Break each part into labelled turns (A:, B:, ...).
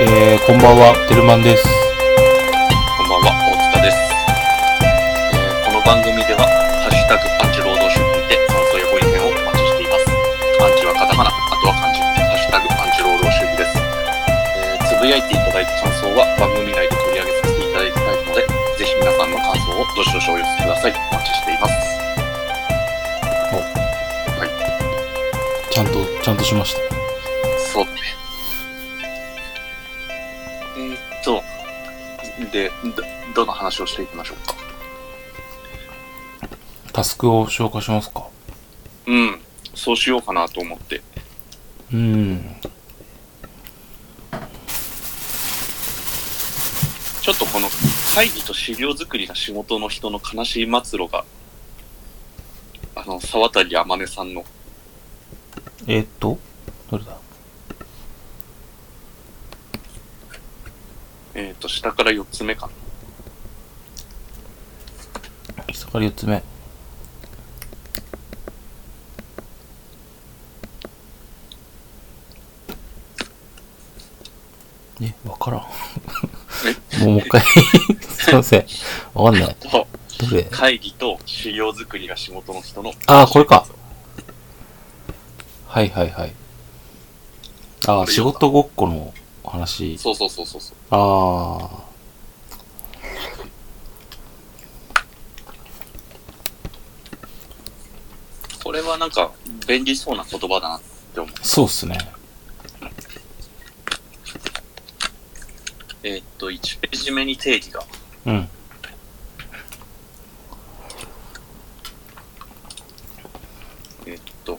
A: えー、こんばんは、てるまんです。
B: こんばんは、大塚です。えーこの番組では、ハッシュタグ、アンチ労働集にて、感想やご意見をお待ちしています。アンチはカタカナ、あとは漢字、ハッシュタグ、アンチ労働集です。えーつぶやいていただいた感想は、番組内で取り上げさせていただきたいので、ぜひ皆さんの感想をどしどしお寄せください。お待ちしています。
A: ちゃんと、ちゃんとしまし
B: そうね。えーっと、で、ど、どの話をしていきましょうか。
A: た。タスクを消化しますか。
B: うん、そうしようかなと思って。
A: うん。
B: ちょっとこの会議と資料作りが仕事の人の悲しい末路が、あの、沢渡天音さんの、
A: えー、っと、どれだ
B: えっ、と、下から4つ目かな。
A: 下から4つ目。ね、わからん。 もう一回。すいません。わかんない。
B: そう
A: どれ
B: 会議と資料作りが仕事の人の、
A: ああ、これか。はいはいはい。ああ、仕事ごっこの話。
B: そうそうそうそうそう。
A: あ
B: これはなんか、便利そうな言葉だなって思う。
A: あ、そうっすね。
B: えっ、と、1ページ目に定義が、
A: うん。
B: えっ、と、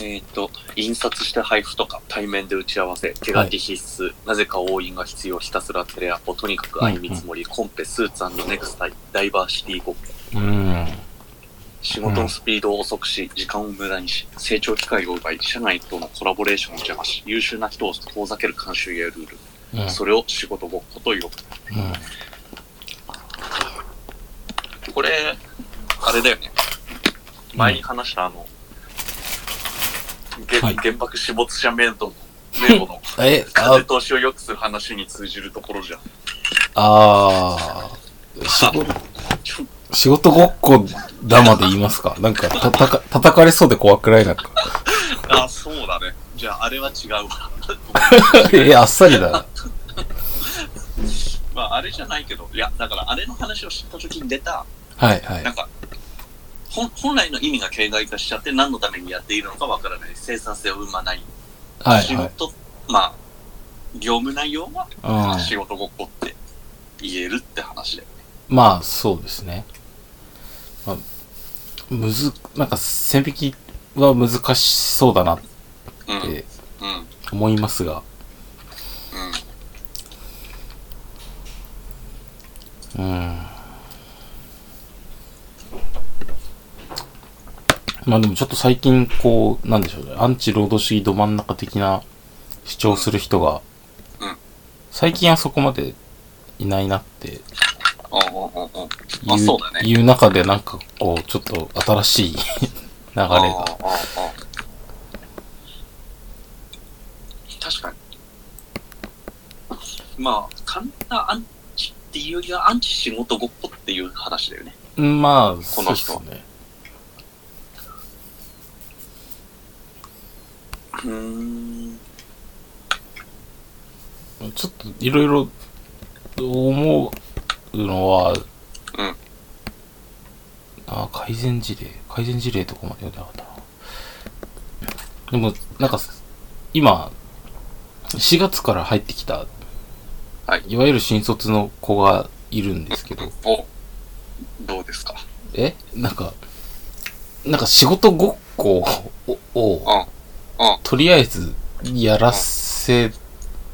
B: えっ、と、印刷して配布とか、対面で打ち合わせ、手書き必須、なぜか応印が必要、ひたすらテレアポ、とにかく相見積もり、コンペ、スーツネクスタイ、ダイバーシティごっこ
A: うん。
B: 仕事のスピードを遅くし、時間を無駄にし、成長機会を奪い、社内とのコラボレーションを邪魔し、優秀な人を遠ざける慣習やルール、
A: うん。うん
B: それを仕事ごっこと呼ぶ。これ、あれだよね。前に話したあの、げ
A: はい
B: 原爆死没者名 簿の、名簿の
A: え、
B: 風
A: あ、
B: 通しを良くする話に通じるところじゃん。
A: あー仕事、仕事ごっこだまで言いますかなんか、たたか、叩かれそうで怖くないなん か。
B: あ、そうだね。じゃあ、あれは違うわ。
A: え、あっさりだな。
B: まあ、あれじゃないけど、いや、だから、あれの話を知った時に出た、
A: はいはい
B: なん。か、本本来の意味が形骸化しちゃって、何のためにやっているのかわからない。生産性を生まない。
A: はい
B: 仕
A: はい。
B: 事、まあ、業務内容は
A: う
B: 仕事ごっこって言えるって話だよね。
A: ん。まあ、そうですね。まあ、むず、なんか、線引きは難しそうだなっ
B: うん。うん。
A: て思いますが。
B: うん。
A: うん。まあでもちょっと最近こう、なんでしょうね、アンチ労働主義ど真ん中的な主張する人が
B: うん、
A: 最近はそこまでいないなっていう、
B: うんうんうんうん。あそうだね
A: いう中でなんかこう、ちょっと新しい 流れ
B: ああ
A: が。
B: ああああ確かに。まあ、簡単アンチっていうよりは、アンチ仕事ごっこっていう話だよね。
A: まあ、
B: こ
A: そう
B: の
A: で
B: 人
A: すね。
B: うーん。
A: ちょっといろいろ思うのは、
B: うん
A: あー改善事例、改善事例とかまで読んでなかったな。でも、なんか、今、4月から入ってきた、
B: はい
A: いわゆる新卒の子がいるんですけど、
B: お、どうですか
A: えなんか、なんか仕事ごっこをを
B: うん。うん。
A: とりあえずやらせ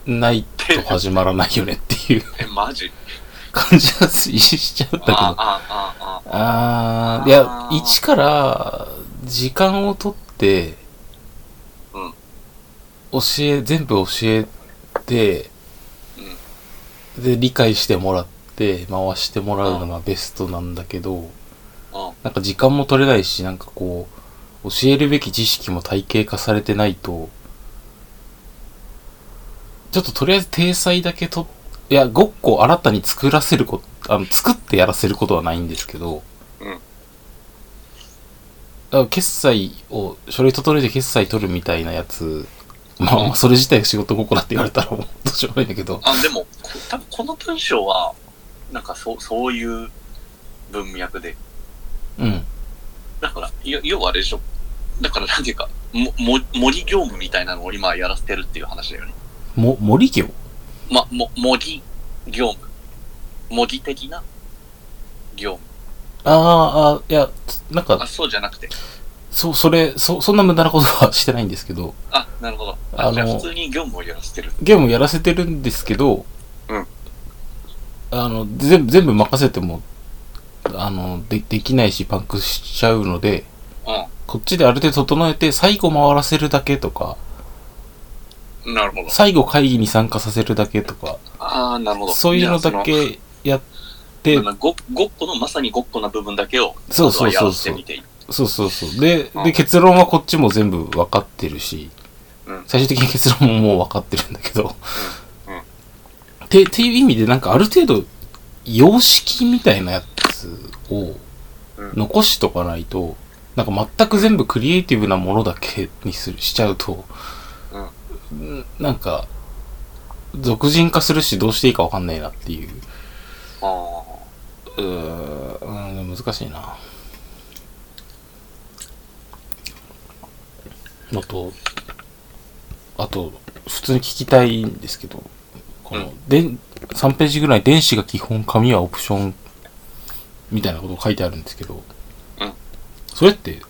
A: ないと始まらないよねっていう
B: え、マジ
A: 感じがしちゃうんだけど。
B: ああ、ああ、ああ。あ
A: あー、
B: ー
A: いや、一から、時間を取って、
B: うん
A: 教え、全部教えて、で、理解してもらって、回してもらうのがベストなんだけど、
B: うん。うん。
A: なんか時間も取れないし、なんかこう、教えるべき知識も体系化されてないと、ちょっととりあえず体裁だけと、いや、ごっこ新たに作らせること、あの、作ってやらせることはないんですけど、
B: うん
A: だから決済を、書類整えて決済取るみたいなやつ、まあまあ、それ自体が仕事ごっこだって言われたらもうどうしようもないんだけど、
B: あ、でも、こ多分この文章は、なんかそう、そういう文脈で。
A: うん。
B: だから、要要はあれでしょ。だから、なんていうか、も、も、森業務みたいなのを今やらせてるっていう話だよね。
A: も、森業
B: ま、も、森業務。森的な業務。
A: あーあー、いや、つなん
B: あ、
A: か、
B: そうじゃなくて。
A: そ、それ、そ、そんな無駄なことはしてないんですけど、
B: あ、なるほど。あ
A: あの
B: じゃあ普通に業務をやらせてる。
A: ゲームやらせてるんですけど、
B: うん
A: あの、全部、全部任せても、あの、で、できないし、パンクしちゃうので、
B: う
A: こっちである程度整えて、最後回らせるだけとか、
B: ん。なるほど。
A: 最後会議に参加させるだけとか、
B: ああ、なるほど。
A: そういうのだ
B: じゃあ
A: けやっ
B: そ
A: て
B: の、あのごごっこの、まさにごっこな部分だけを、
A: そうそう
B: や
A: そ
B: ら
A: う
B: せ
A: そ
B: て
A: う
B: み。ている。
A: そうそうそう。で
B: う、ん
A: で、結論はこっちも全部分かってるし、
B: うん
A: 最終的に結論ももう分かってるんだけど、
B: うんうん
A: て、っていう意味でなんかある程度、様式みたいなやつを
B: うん
A: 残しとかないと、なんか全く全部クリエイティブなものだけにする、しちゃうと、んなんか、俗人化するしどうしていいか分かんないなっていう。
B: ああ。
A: うーん、難しいな。あと、あと、普通に聞きたいんですけど、こ
B: う
A: の、でん、3ページぐらい電子が基本、紙はオプション、みたいなこと書いてあるんですけど、
B: うん
A: それって、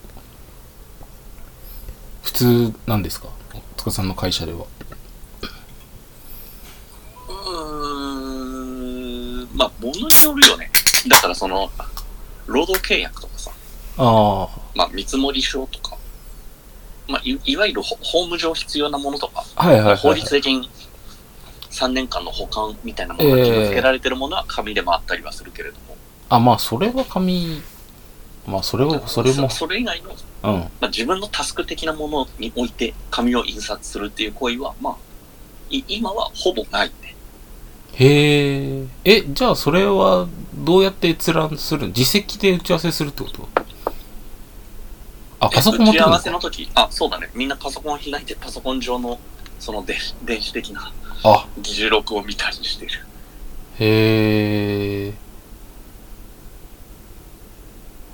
A: 普通なんですか塚さんの会社では。
B: うーんまあ、ものによるよね。だからその、労働契約とかさ、
A: あ
B: まあ、見積もり書とか、まあ、いいわゆるほ法務上必要なものとか、
A: あ、はいはいはい、はい。
B: 法律的に3年間の保管みたいなものが義務付けられてるものは紙でもあったりはするけれども、
A: あ、まあ、それは紙、まあ、それは、それも
B: そ、それ以外の、
A: うん。
B: まあ、自分のタスク的なものにおいて紙を印刷するっていう行為は、まあ、い今はほぼないね。
A: へえ。え、じゃあそれはどうやって閲覧するの自席で打ち合わせするってことあ、パソコン
B: 打
A: 持って
B: ち合
A: くるの
B: わせの時、あ、そうだね。みんなパソコンを開いて、パソコン上の、その電子電子的な
A: あ、
B: 議事録を見たりしてる。
A: へえ。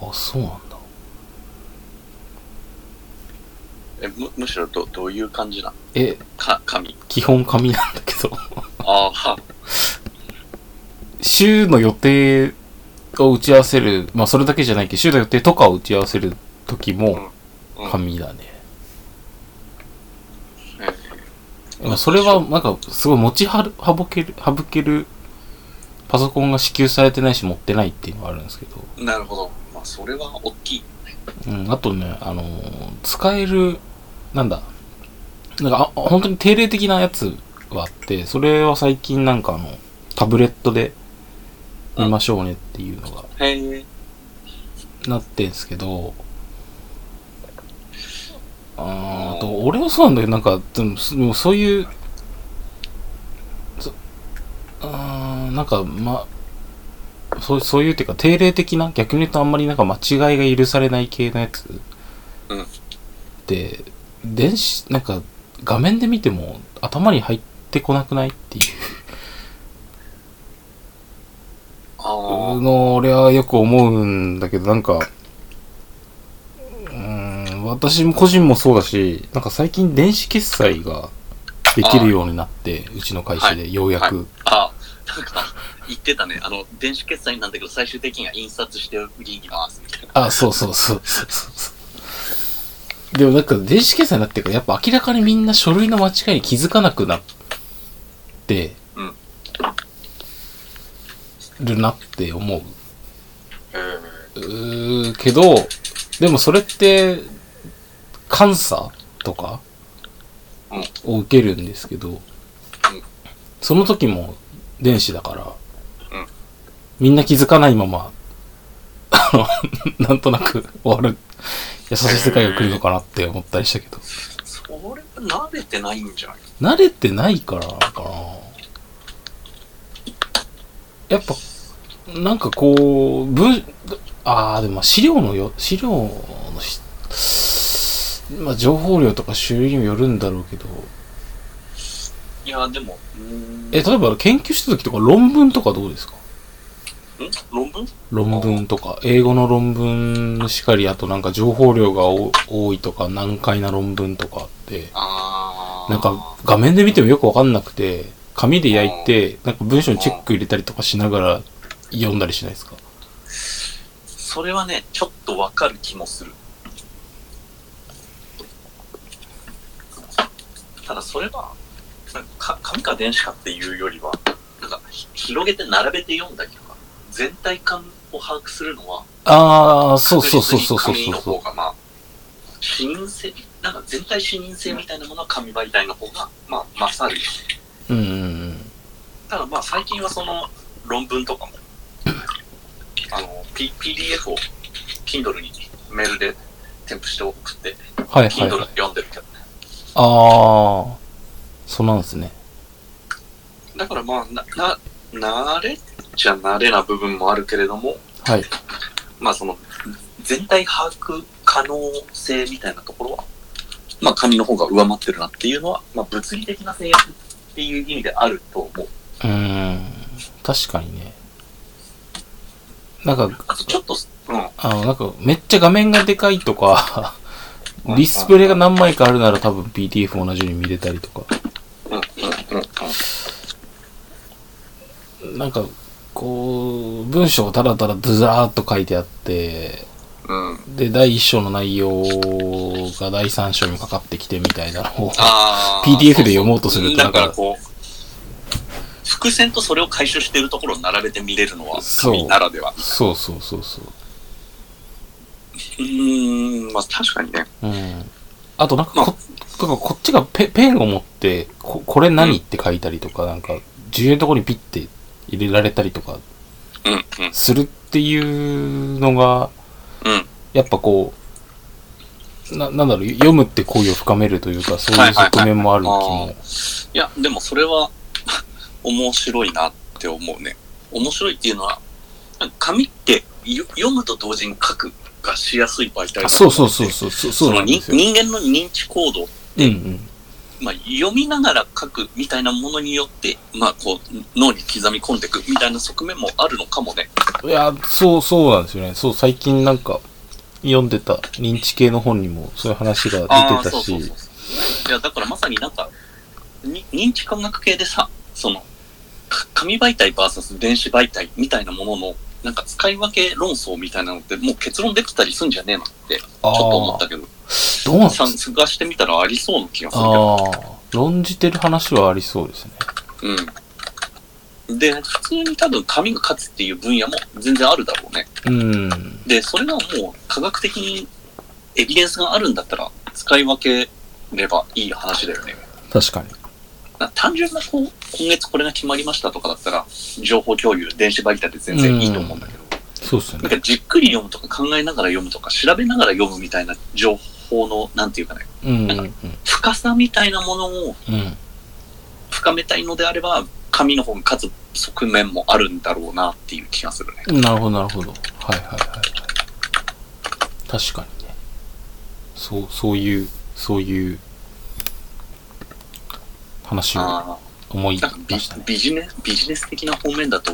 A: あ、そうなんだ。
B: えむむしろど、どういう感じなの
A: え、
B: か、紙。
A: 基本紙なんだけど。
B: ああ、
A: 週の予定を打ち合わせる、まあそれだけじゃないけど、週の予定とかを打ち合わせる時も
B: うん
A: 紙だね。
B: えー
A: まあ、それは、なんか、すごい持ちはる、省ける、省ける、パソコンが支給されてないし持ってないっていうのがあるんですけど。
B: なるほど。まあ、それは大きい。
A: うん、あとね、あのー使える、なんだ、なんか、あ本当に定例的なやつがあって、それは最近なんかあの、タブレットで見ましょうねっていうのが、
B: へえ。
A: なってんすけど、あーあと、俺もそうなんだけど、なんか、でも、すでもそういう、そあーなんか、ま、そうそういうっていうか、定例的な、逆に言うとあんまりなんか間違いが許されない系のやつ。
B: うん
A: で、電子、なんか、画面で見ても頭に入ってこなくないっていう。
B: あ
A: の俺はよく思うんだけどなんかうーん私も個人もそうだしなんか最近電子決済ができるようになってうちの会社でようやく、
B: あ、ああ、なんか、言ってたね。あの、電子決済なんだけど、最終的には印刷して売りに回すみたいな。
A: あそうそうそうそうそうそうでもなんか電子決済になってからやっぱ明らかにみんな書類の間違いに気づかなくなって
B: うん
A: るなって思う
B: へ
A: うーけど、でもそれって、監査とかを受けるんですけど、その時も電子だから、
B: うん
A: みんな気づかないまま、あの、なんとなく終わる、優しい世界が来るのかなって思ったりしたけど、
B: それは慣れてないんじゃない
A: 慣れてないからなのかやっぱ、なんかこう、文、ああ、でもまあ資料のよ、資料のし、まあ情報量とか種類にもよるんだろうけど、
B: いや、でも、うーん
A: え、例えば研究した時とか論文とかどうですか
B: ん論文
A: 論文とか、英語の論文しかり、あとなんか情報量がお多いとか、難解な論文とかって、
B: あー
A: なんか画面で見てもよくわかんなくて、紙で焼いて、なんか文章にチェック入れたりとかしながら読んだりしないですか
B: それはね、ちょっとわかる気もする。ただそれは、なんかか紙か電子かっていうよりは、なんかひ広げて並べて読んだりとか、全体感を把握するのは、
A: ああ、そうそうそうそう
B: 確
A: そう
B: 実に紙
A: そう
B: の方が、まあ、視認性、なんか全体視認性みたいなものは紙媒体の方が、まあ、勝る。
A: うんうんうん。
B: ただまあ最近はその論文とかも、あの、P、PDF を Kindle にメールで添付して送って、
A: はいはい
B: Kindle で
A: はい。
B: 読んでるけどね。
A: ああ、そうなんですね。
B: だからまあ、な、な、慣れっちゃ慣れな部分もあるけれども、
A: はい。
B: まあその、全体把握可能性みたいなところは、まあ紙の方が上回ってるなっていうのは、まあ物理的な制約っていう意味であると思う。
A: うーん、確かにね。なんか、
B: あとちょっと、うん。
A: あの、なんか、めっちゃ画面がでかいとか、ディスプレイが何枚かあるなら多分 PDF も同じように見れたりとか。
B: うん、うん、うん、うん。
A: なんか、こう、文章をたらたらずらーっと書いてあって、
B: うん、
A: で、第1章の内容が第3章にかかってきてみたいなのを。
B: あー
A: PDF で読もうとする
B: そう
A: と
B: そうだから
A: なんか
B: こう、伏線とそれを回収しているところを並べて見れるのは、
A: そう
B: 紙ならでは。
A: そうそうそうそう。
B: うーん、まあ確かにね。
A: うん。あとなんか
B: まあ
A: こ、とかこっちがペペンを持って、ここれ何って書いたりとか、なんか、重要なところにピッて入れられたりとか
B: うん、うん、
A: するっていうのが、
B: うん。
A: やっぱこう、な、なんだろう、読むって行為を深めるというか、そう
B: はいいうはいはい
A: 側面もある気
B: あ
A: も。
B: いや、でもそれは、面白いなって思うね。面白いっていうのは、なんか紙ってよ読むと同時に書くがしやすい媒体だと思
A: そうそうそう
B: う。
A: そう、そうそ
B: そう
A: な
B: の
A: んで
B: 人
A: すよ。
B: 人間の認知行動
A: うんうん。
B: まあ、読みながら書くみたいなものによって、まあ、こう脳に刻み込んでいくみたいな側面もあるのかもね。
A: いや、そう、そうなんですよね。そう、最近なんか、読んでた認知系の本にもそういう話が出てた
B: そうそう
A: し
B: そ、う。いやだからまさになんかに認知科学系でさそのか紙媒体 VS 電子媒体みたいなもののなんか使い分け論争みたいなのってもう結論できたりすんじゃねえのってち
A: あ
B: ょっ
A: あ
B: と思ったけど
A: ー、どうなんです
B: さ
A: か
B: 探してみたらありそうな気がするけど。
A: ああ、論じてる話はありそうですね。
B: うんで普通に多分紙が勝つっていう分野も全然あるだろうね。
A: うん。
B: で、それがもう科学的にエビデンスがあるんだったら使い分ければいい話だよね。
A: 確かに。
B: な単純なこう、今月これが決まりましたとかだったら、情報共有、電子媒体で全然いいと思うんだけど、
A: そうですよ
B: なん
A: ね。
B: かじっくり読むとか考えながら読むとか調べながら読むみたいな情報の、なんていうかね、
A: うん、うん、
B: 深さみたいなものを
A: うん。
B: 深めたいのであれば、紙の方が勝つ側面もあるんだろうなっていう気がするね。
A: うん。なるほど、なるほど。はい、はい、はいはい。確かにね。そう、そういう、そういう、話を
B: あー
A: 思い
B: なんかビ
A: 出したね。
B: ビジネス、ビジネス的な方面だと、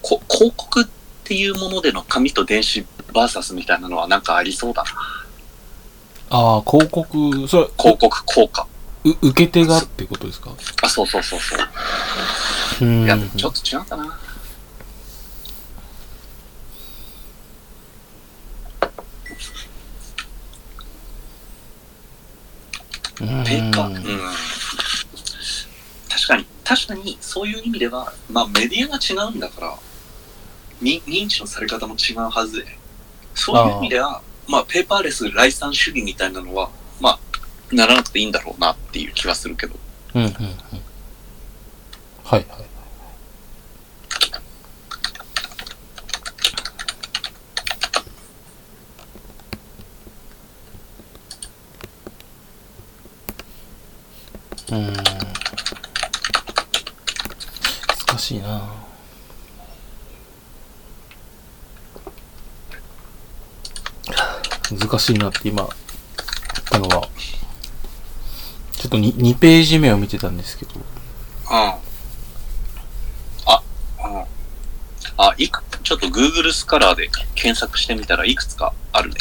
B: こ広告っていうものでの紙と電子バーサスみたいなのはなんかありそうだな。
A: ああ、広告、それ、
B: 広告効果。
A: う受け手がってことですか
B: あ、そうそうそうそう。
A: うん
B: いや、ちょっと違うかな。ペーパー。うん。確かに、確かに、そういう意味では、まあメディアが違うんだから、に認知のされ方も違うはずで、そういう意味では、まあペーパーレス来産主義みたいなのは、まあ、ならなくていいんだろうなっていう気はするけど。
A: うん、うん、うん。はい、はい。うーん。難しいなぁ難しいなって今、言ったのは、ちょっと 2, 2ページ目を見てたんですけど、
B: あ、うん。あ、いく、ちょっと Google スカラーで検索してみたらいくつかあるね。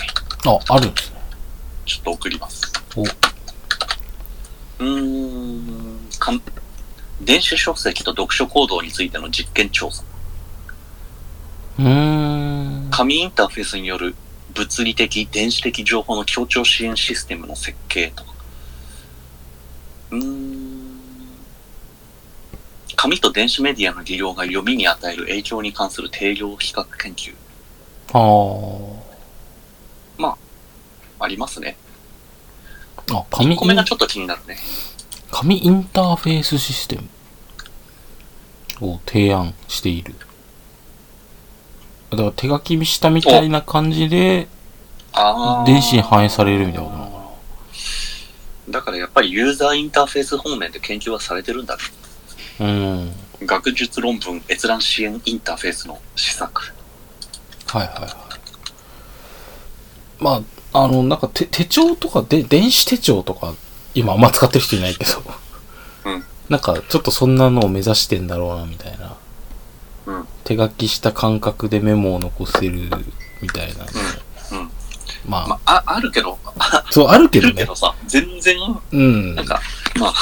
A: あ、あるんですね。
B: ちょっと送ります。
A: お
B: うーん、かん電子書籍と読書行動についての実験調査。
A: うーん。
B: 紙インターフェースによる物理的、電子的情報の協調支援システムの設計とか。うーん。紙と電子メディアの利用が読みに与える影響に関する定量比較研究。
A: あー
B: ありますね。
A: あ、紙
B: 1
A: イ
B: 個目
A: ン
B: がちょっと気になるね。
A: 紙インターフェースシステムを提案している。だから手書きしたみたいな感じで、
B: ああ。
A: 電子に反映されるみたいなことなのかな。
B: だからやっぱりユーザーインターフェース方面で研究はされてるんだね。
A: うん。
B: 学術論文閲覧支援インターフェースの施策。
A: はいはいはい。まあ、あの、なんか手手帳とかで、電子手帳とか、今あんま使ってる人いないけど、
B: うん
A: なんかちょっとそんなのを目指してんだろうな、みたいな。
B: うん
A: 手書きした感覚でメモを残せる、みたいな。
B: うんうん
A: まあ、
B: まあ、ああるけど、あ
A: そう、あるけど
B: るけ
A: ね
B: ど。さ、全然、
A: うん
B: な。んか、まあ、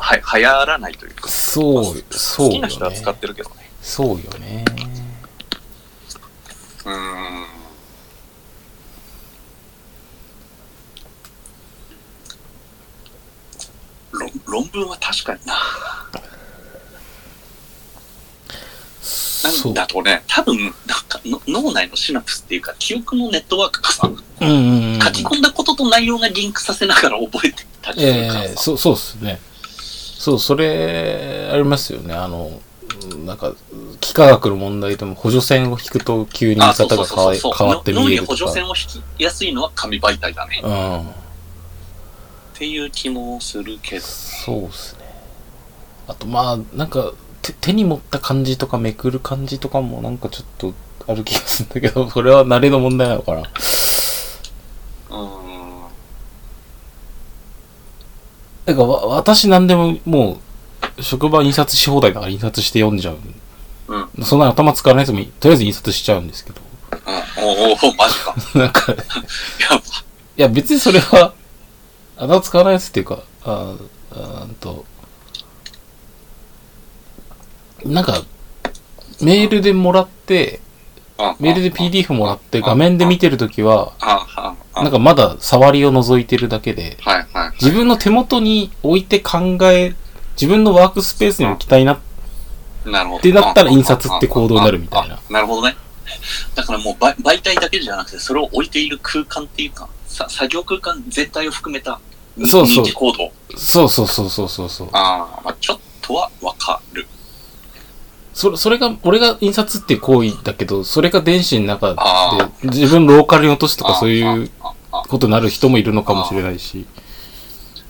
B: は、流行らないというか、
A: そう、そう
B: 好き
A: よ
B: な
A: ね。
B: 人は使ってるけどね。
A: そうよね。
B: うーん。論論文は確かにな。な
A: そ
B: ん
A: う。
B: だとね、多分なんかの脳内のシナプスっていうか、記憶のネットワークがさ、
A: うんうんうん。
B: 書き込んだことと内容がリンクさせながら覚えてたりす
A: え
B: るから
A: え
B: さ。
A: そう、そうっすね。そう、それ、ありますよね。あの、うんなんか、幾何学の問題でも補助線を引くと急に見
B: あそう
A: 方
B: そう
A: が
B: そう
A: 変
B: そう
A: わ変わって
B: 脳
A: 見え
B: に
A: る
B: 補
A: と
B: 助
A: か。
B: 線を引きやすいのは紙媒体だね。
A: うん。
B: っていう気もするけど。
A: そうっすね。あと、まあ、なんか、手手に持った感じとかめくる感じとかもなんかちょっとある気がするんだけど、 それは慣れの問題なのかな。
B: うーん。
A: なんかわ、私何でももう、職場印刷し放題だから印刷して読んじゃう。
B: うん。
A: そんなに頭使わないやつもいい、とりあえず印刷しちゃうんですけど。
B: うん、おーおーマジか。
A: なんか、い
B: やば。
A: や別にそれは、頭使わないやつっていうか、あーあーんと、なんか、メールでもらって、
B: あ
A: メールで PDF もらって画面で見てるときは、
B: あああ
A: なんかまだ触りを覗いてるだけで、
B: はいはい。
A: 自分の手元に置いて考え、自分のワークスペースに置きたいなっ
B: なるほど。
A: てなったら印刷って行動になるみたい
B: あ
A: な
B: ああなるほどね。だからもうば媒体だけじゃなくて、それを置いている空間っていうか、さ作業空間全体を含めたに
A: そうそう
B: 認知行動。
A: そうそうそうそうそうそう。
B: ああ、まあちょっとはわかる。
A: それ、それが、俺が印刷っていう行為だけど、それが電子の中
B: あ
A: で、自分ローカルに落とすと
B: あ
A: かそういう
B: あああ
A: ことになる人もいるのかもしれないし。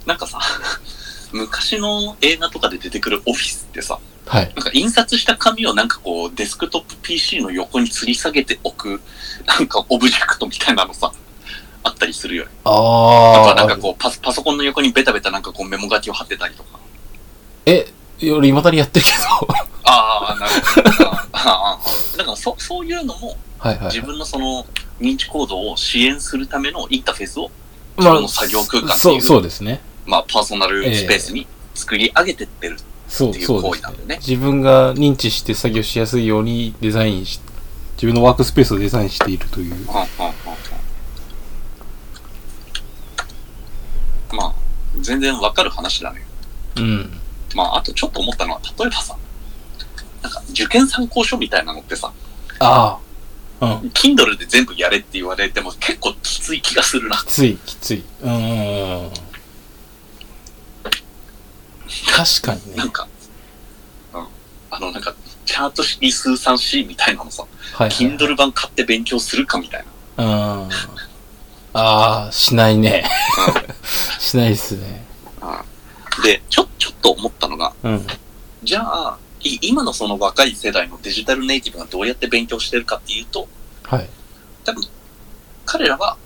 B: なんかさ、 昔の映画とかで出てくるオフィスってさ、
A: はい。
B: なんか印刷した紙をなんかこうデスクトップ PC の横に吊り下げておく、なんかオブジェクトみたいなのさ、あったりするよね。あと
A: あ
B: は
A: あ
B: なんかこうパソパソコンの横にベタベタなんかこうメモ書きを貼ってたりとか。
A: え、より未だにやってるけど。
B: ああ、なるほど。ああああ だからそそういうのも
A: はいはい。
B: 自分のその認知行動を支援するためのインターフェースを、
A: ま
B: の作業空間っていう
A: そう、そうですね。
B: まあ、パーソナルスペースに作り上げてってる。っ
A: そう、
B: ていう
A: そう
B: 行
A: で
B: 為なんだ
A: す
B: よ
A: ね
B: ね。
A: 自分が認知して作業しやすいようにデザインし、自分のワークスペースをデザインしているとい
B: う
A: う。
B: んうんうんうんまあ、全然わかる話だね。
A: うん。
B: まあ、あとちょっと思ったのは、例えばさ、なんか受験参考書みたいなのってさ、
A: ああ。うん。
B: Kindle で全部やれって言われても結構きつい気がするな。
A: きついきついうんうんうんうん確かにね
B: なんか、うん、あの、なんか、チャート式数産 C みたいなのさ、
A: はい、はい、
B: Kindle 版買って勉強するかみたいな。
A: うんああしないねしないっすね
B: で、ちょ、ちょっと思ったのが、
A: うん
B: じゃあ、い今のその若い世代のデジタルネイティブがどうやって勉強してるかっていうと、
A: はい
B: 多分、彼らは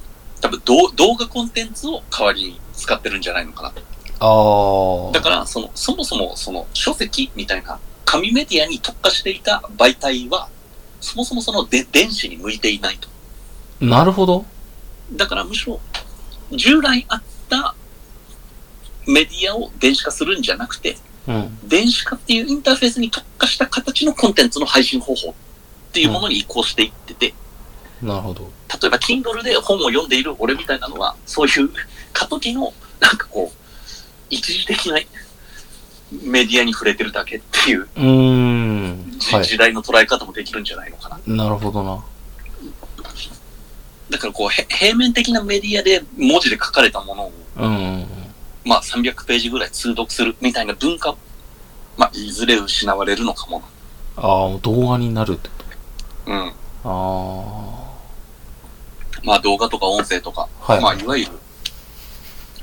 B: 多分動動画コンテンツを代わりに使ってるんじゃないのかなと。
A: あー
B: だから、その、そもそもその書籍みたいな紙メディアに特化していた媒体は、そもそもそので電子に向いていないと。
A: なるほど。
B: だからむしろ、従来あったメディアを電子化するんじゃなくて、
A: うん。
B: 電子化っていうインターフェースに特化した形のコンテンツの配信方法っていうものに移行していってて、
A: なるほど。
B: 例えば Kindle で本を読んでいる俺みたいなのは、そういう過渡期の、なんかこう、一時的なメディアに触れてるだけっていう
A: うーん。
B: じ
A: はい。
B: 時代の捉え方もできるんじゃないのかな。
A: なるほどな。
B: だからこう、へ平面的なメディアで文字で書かれたものを、
A: うんうんうん。
B: まあ300ページぐらい通読するみたいな文化、まあいずれ失われるのかもな。
A: ああ、もう動画になるってこ
B: うん。
A: と。あ
B: まあ動画とか音声とか、
A: はい
B: まあいわゆる、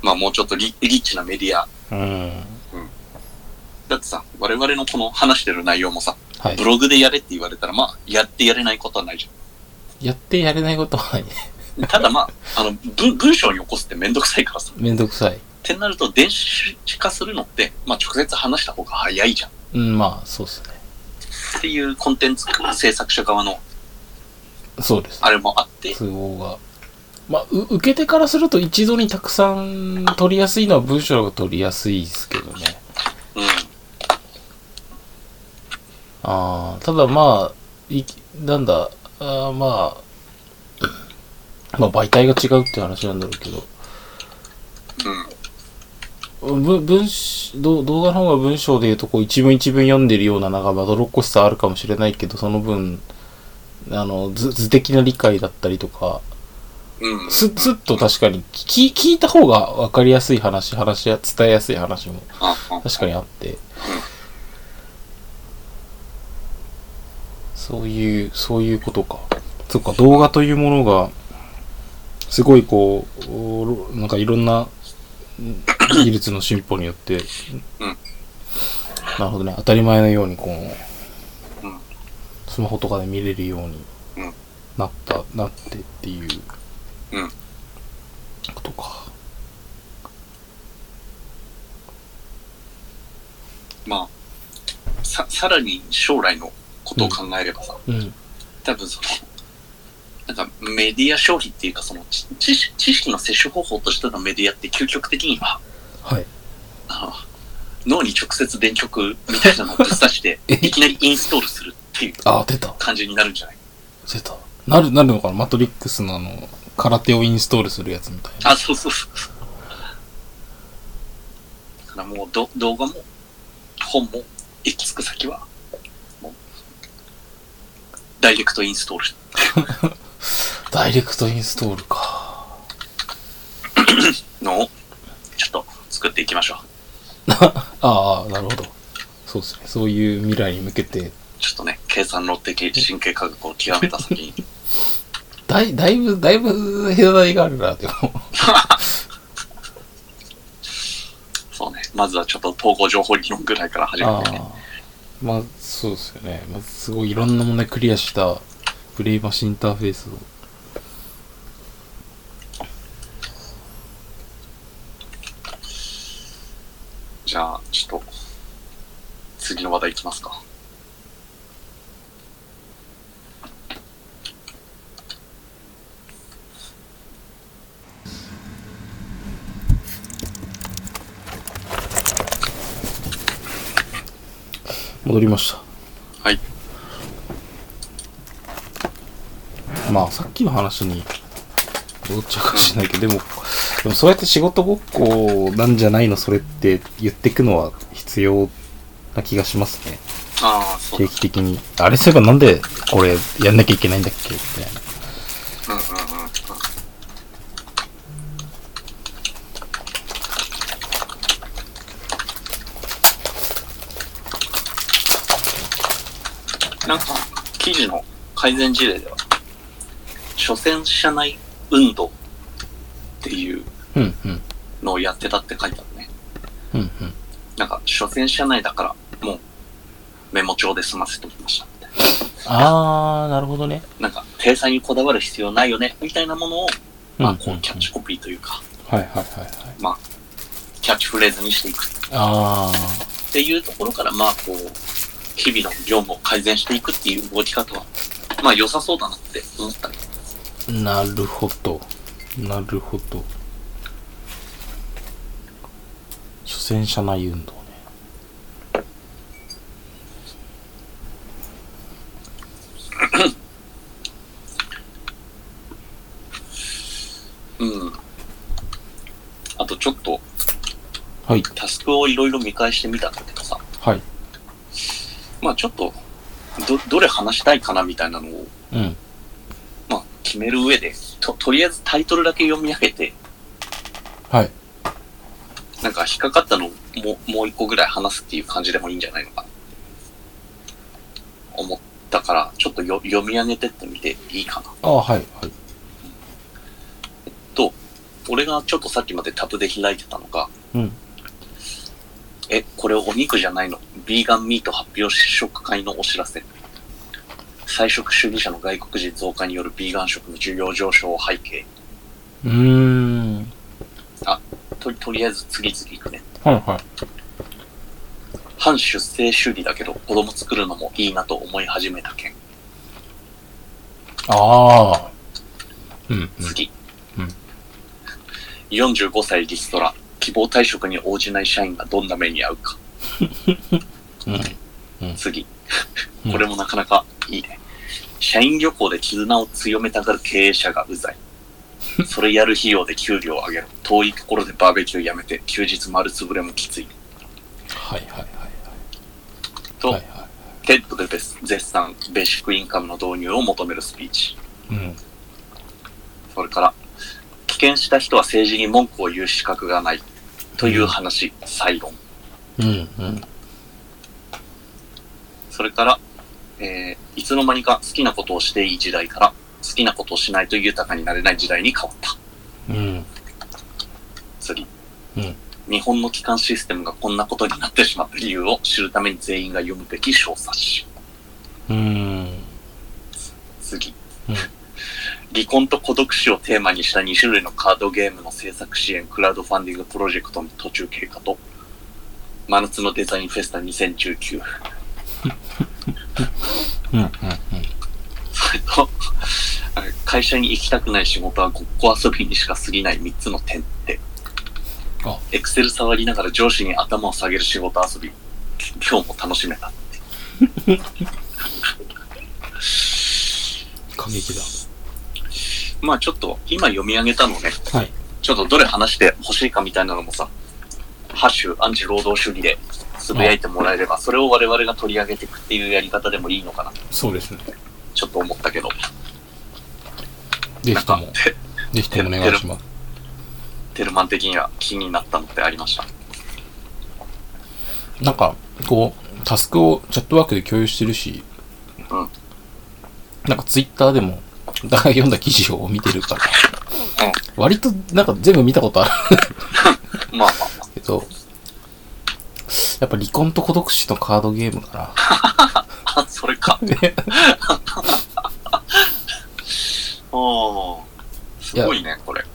B: まあもうちょっとリリッチなメディア。
A: あ。うん。
B: だってさ、我々のこの話してる内容もさ、
A: はい
B: ブ。ログでやれって言われたら、まあやってやれないことはないじ
A: やってやれないことはない。
B: ゃん。ただまあ、あの、文文章に起こすってめんどくさいからさ。
A: めんどくさい。
B: ってなると電子化するのって、まあ直接話した方が早いじゃん。
A: うん、まあ、そうですね。
B: っていうコンテンツ制作者側の
A: そうです。
B: あれもあって、
A: 都合が。まあ、う受け手からすると一度にたくさん取りやすいのは文章が取りやすいですけどね。
B: うん。
A: ああ、ただまあ、いなんだ、あーまあ、まあ媒体が違うって話なんだろうけど、
B: うん。
A: ぶ文章ど動画の方が文章で言うとこう一文一文読んでるようななんかまどろっこしさあるかもしれないけど、その分、あの図図的な理解だったりとか、
B: うん。
A: すすっと確かに聞聞いた方が分かりやすい話、話や伝えやすい話も
B: ああ
A: 確かにあって、そういうそういうことかそっか動画というものがすごいこうおなんかいろんなうん技術の進歩によって、
B: うん
A: なるほどね当たり前のようにこう、
B: うん
A: スマホとかで見れるように
B: うん
A: なった、なってっていう
B: うん
A: ことか
B: まあ、さ、さらに将来のことを考えればさ、
A: うん
B: 多分その、なんかメディア消費っていうか、その知知識知識の摂取方法としてのメディアって究極的には、
A: はい
B: あの脳に直接電極みたいなのをぶっ刺して、
A: え
B: いきなりインストールするっていう
A: あ出た
B: 感じになるんじゃない
A: 出たなるなるのかなマトリックスのあの空手をインストールするやつみたいな
B: あ、そうそうそう。だからもうど動画も本も行き着く先は、もうダイレクトインストール
A: ダイレクトインストールか
B: のをちょっと作っていきましょう。
A: ああ、なるほど。そうですね。そういう未来に向けて、
B: ちょっとね、計算の的神経科学を極めた先に。
A: だいだいぶ、だいぶ、隔たりがあるな、でも。
B: そうね、まずはちょっと統合情報理論ぐらいから始
A: あ
B: めてね。
A: あ。まあ、そうですよね。まあ、すごいいろんな問題クリアした、ブレイマシインターフェースを。
B: じゃあ、ちょっと、次の話題いきますか。
A: 戻りまし
B: はい。
A: た。まあ、さっきの話に、戻っちゃうかもしれないけど、でも、でもそうやって仕事ごっこなんじゃないの、それって言ってくのは必要な気がしますね。
B: ああ、そう
A: 定
B: だ。
A: 期的に。あれそういえばなんでこれやんなきゃいけないんだっけみたいな。
B: うんうんうんうん。なんか、記事の改善事例では、所詮社内運動っていう
A: うんうん。
B: のをやってたって書いてあるね。
A: うん
B: なんか、所詮社内だから、もう、メモ帳で済ませておきましたみたいな。
A: あー、なるほどね。
B: なんか、体裁にこだわる必要ないよね、みたいなものを、まあ、
A: うん
B: こう、キャッチコピーというか、
A: はいはいはいはい。
B: まあ、キャッチフレーズにしていく
A: あ
B: っていうところから、まあ、こう、日々の業務を改善していくっていう動き方は、まあ、良さそうだなって思ったり。
A: あ、なるほど。なるほど。初戦車内運動ね。
B: うん。あと、ちょっと、
A: はい、
B: タスクをいろいろ見返してみたんだけどさ、
A: はい。
B: まあ、ちょっと、ど、どれ話したいかなみたいなのを、
A: うん。
B: まあ、決める上で、と、とりあえずタイトルだけ読み上げて、
A: はい。
B: なんか引っかかったのをもう、もう一個ぐらい話すっていう感じでもいいんじゃないのかな。思ったから、ちょっとよ読み上げてってみていいかな。
A: ああ、はい、はい。
B: と、俺がちょっとさっきまでタブで開いてたのが、
A: うん。
B: え、これお肉じゃないのビーガンミート発表試食会のお知らせ。菜食主義者の外国人増加によるビーガン食の需要上昇を背景
A: うーん。
B: と、とりあえず次々いくね。
A: はい、はい。
B: 反出生主義だけど子供作るのもいいなと思い始めた件。
A: ああ。うん、うん。
B: 次。
A: うん
B: 45歳リストラ。希望退職に応じない社員がどんな目に遭うか。
A: うん
B: 次
A: うん。
B: これもなかなかいいね。社員旅行で絆を強めたがる経営者がうざい。それやる費用で給料を上げろ。遠いところでバーベキューやめて、休日丸つぶれもきつい。
A: はい、はい、はい。
B: と、
A: はい、は
B: テッドでベス絶賛、ベーシックインカムの導入を求めるスピーチ。
A: い。うん。
B: それから、棄権した人は政治に文句を言う資格がない。という話、再論。
A: うん、うん。
B: それから、えーいつの間にか好きなことをしていい時代から、好きなことをしないと豊かになれない時代に変わった。
A: うん。
B: 次。
A: うん
B: 日本の機関システムがこんなことになってしまった理由を知るために全員が読むべき小冊子。
A: うん。
B: 次。
A: うん
B: 離婚と孤独死をテーマにした2種類のカードゲームの制作支援クラウドファンディングプロジェクトの途中経過と、真夏のデザインフェスタ2019。
A: うん、うん、うん。
B: それと、 あれ会社に行きたくない仕事はごっこ遊びにしか過ぎない3つの点って
A: あ。
B: エクセル触りながら上司に頭を下げる仕事遊び。今日も楽しめたって。
A: 過激だ。
B: まあちょっと、今読み上げたのね、
A: はい。
B: ちょっとどれ話してほしいかみたいなのもさ、ハッシュ、アンチ労働主義でつぶやいてもらえれば、それを我々が取り上げていくっていうやり方でもいいのかな、
A: そうですね。
B: ちょっと思ったけど。
A: ぜ
B: なん
A: ひと
B: か
A: も、、
B: テ
A: ぜひともお願いします。
B: テルマン的には気になったのってありました。
A: なんか、こう、タスクをチャットワークで共有してるし、
B: うん
A: なんかツイッターでも、 お互い読んだ記事を見てるから、
B: うん
A: 割となんか全部見たことある
B: まあまあまあ。
A: けど、やっぱ離婚と孤独死のカードゲームか
B: あ、 それか。おー、すごいね、これ。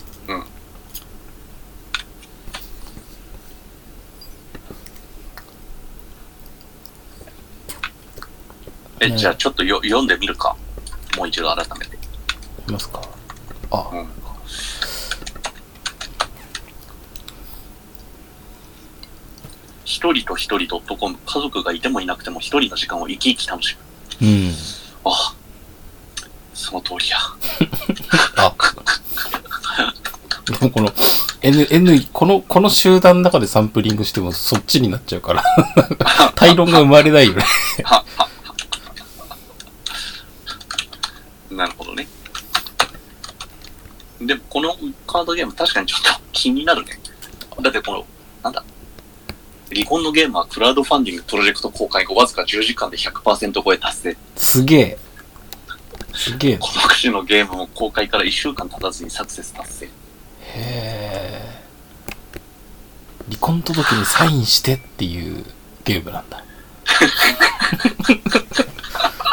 B: え、
A: ね
B: じゃあちょっとよ読んでみるか。もう一度改めて。
A: な。いますかあ、
B: うん。一人と一人 .com、家族がいてもいなくても一人の時間を生き生き楽しむ。
A: うん。
B: あ、その通 りや。
A: あ、でもこの、N、N、この、この集団の中でサンプリングしてもそっちになっちゃうから、 対論が生まれないよね。
B: なるほどね。でも、このカードゲーム、確かにちょっと気になるね。だって、この、なんだ、離婚のゲームはクラウドファンディングプロジェクト公開後、わずか10時間で100%超え達成。
A: すげえ。すげえな。
B: 孤独死のゲームも公開から1週間経たずにサクセス達成。
A: へえ。離婚届にサインしてっていうゲームな んだ。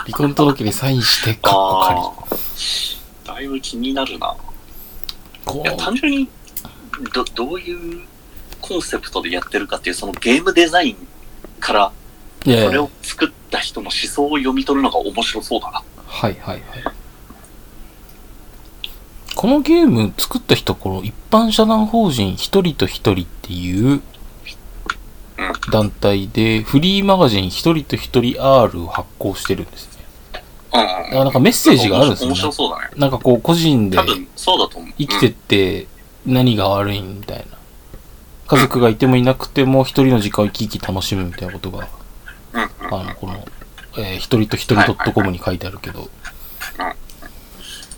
A: 離婚届にサインして、かっこ
B: あー。だいぶ気になるな。
A: 仮。こ
B: いや、単純に、ど、どういうコンセプトでやってるかっていう、そのゲームデザインから、
A: う、いやいや
B: これを作った人の思想を読み取るのが面白そうだな。
A: はいはいはい。このゲーム作った人、この一般社団法人一人と一人っていう団体で、フリーマガジン一人と一人 R を発行してるんですね。
B: うん
A: だからなんかメッセージがあるんですよ
B: 面
A: ね。
B: 白そうだね。
A: なんかこう、個人で
B: 多分、そうだと思う。
A: 生きてって何が悪いみたいな。家族がいてもいなくても一人の時間を生き生き楽しむみたいなことが、
B: うん、うんうん
A: あの、この、えー一人と一人 .com に書いてあるけど。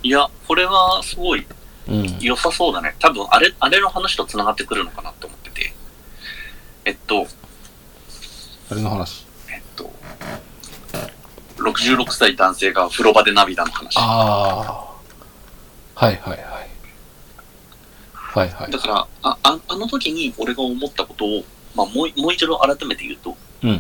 B: いや、これはすごい
A: うん。
B: 良さそうだね。多分、あれ、あれの話と繋がってくるのかなって思ってて。えっと、
A: あれの話。
B: えっと、66歳男性が風呂場で涙の話。
A: ああ。はいはいはい。はいはい
B: だ。からああ、あの時に俺が思ったことを、まあ、もうもう一度改めて言うと、
A: うんうん。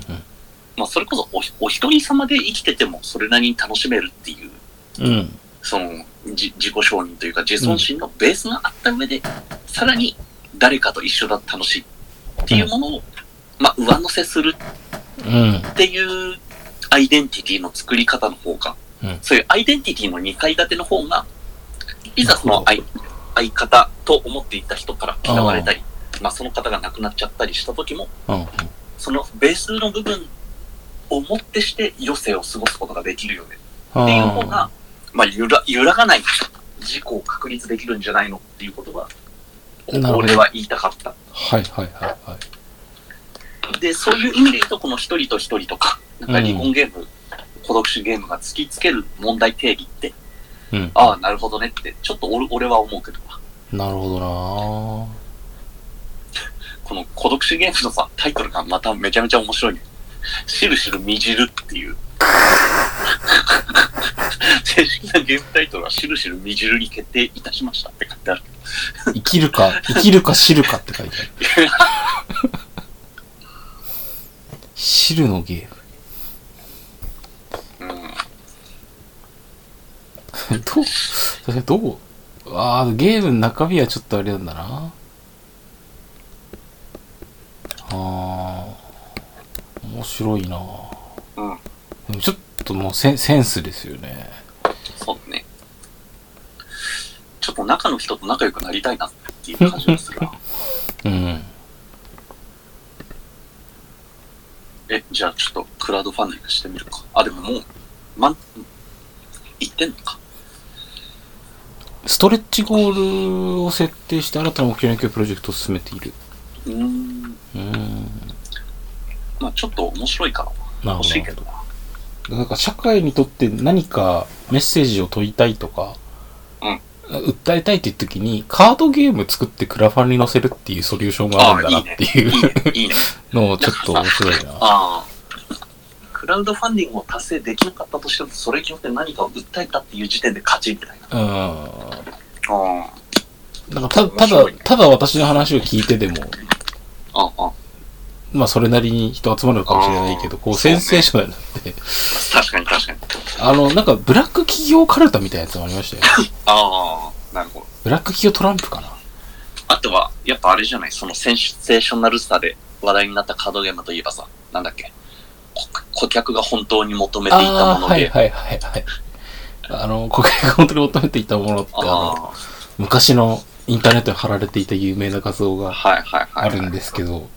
B: まあ、それこそおお一人様で生きててもそれなりに楽しめるっていう、
A: うん。
B: そのじ自己承認というか自尊心のベースがあった上で、さらに誰かと一緒だと楽しいっていうものを、まあ、上乗せする
A: うん。
B: っていうアイデンティティの作り方の方が、
A: うん
B: そういうアイデンティティの2階建ての方が、いざその
A: なるほ
B: 相相方と思っていた人から嫌われたり、まあその方が亡くなっちゃったりした時も、
A: うん。うん
B: そのベースの部分をもってして余生を過ごすことができるよねっていう方が、まあ揺ら揺らがない事故を確立できるんじゃないのっていうことが、
A: なるほど
B: 俺は言いたかった。
A: はいはいはいはい。
B: で、そういう意味で言うと、この一人と一人とか、なんか離婚ゲーム、孤独死ゲームが突きつける問題定義って、
A: うん。
B: ああ、なるほどねって、ちょっと俺俺は思うけどな、
A: なるほどな
B: この孤独死ゲームのさ、タイトルがまためちゃめちゃ面白いね。しるしるみじるっていう。正式なゲームタイトルはしるしるみじるに決定いたしましたって書いてある。
A: 生きるか、生きるか知るかって書いてある。知るのゲ
B: うん。
A: ーム。 どう、それどうああ、ゲームの中身はちょっとあれなんだなああー、面白いな
B: うん。
A: でもちょっともうセンセンスですよね。
B: そうだね。ちょっと中の人と仲良くなりたいなっていう感じがするな。
A: うん。
B: え、じゃあちょっとクラウドファンディングしてみるか。あ、でももう、まん、いってんのか。
A: ストレッチゴールを設定して新たな目標に向けプロジェクトを進めている。
B: うーん。
A: うーん。
B: まあちょっと面白いからな
A: なるほ
B: 欲しいけど
A: ど。
B: な。
A: なんか社会にとって何かメッセージを問いたいとか、
B: うん
A: 訴えたいっていう時に、カードゲーム作ってクラファンに載せるっていうソリューションがあるんだなってい
B: いいうね、いいね。
A: のをちょっと面白いな。
B: ああ。クラウドファンディングを達成できなかったとしても、それによって何かを訴えたっていう時点で勝ちみたいな。
A: う
B: あ
A: ん。なんかたた
B: 面白
A: だ
B: いね、
A: ただ私の話を聞いてでも、
B: あ、ああ、
A: まあそれなりに人集まるのかもしれないけど、こうセンセーショナルになって、
B: 確かに確かに。
A: あの、なんかブラック企業カルタみたいなやつもありましたよね。
B: ああ、なるほど。
A: ブラック企業トランプかな。
B: あとは、やっぱあれじゃない、そのセンセーショナルさで話題になったカードゲームといえばさ、なんだっけ、こ顧客が本当に求めていた
A: あ
B: も
A: あ
B: の
A: は
B: で、
A: いはいはいはい。あの、顧客が本当に求めていたものって、あの、
B: あ
A: 昔のインターネットに貼られていた有名な画像
B: あ、
A: が
B: はいはいは
A: あ
B: い。
A: るんですけど、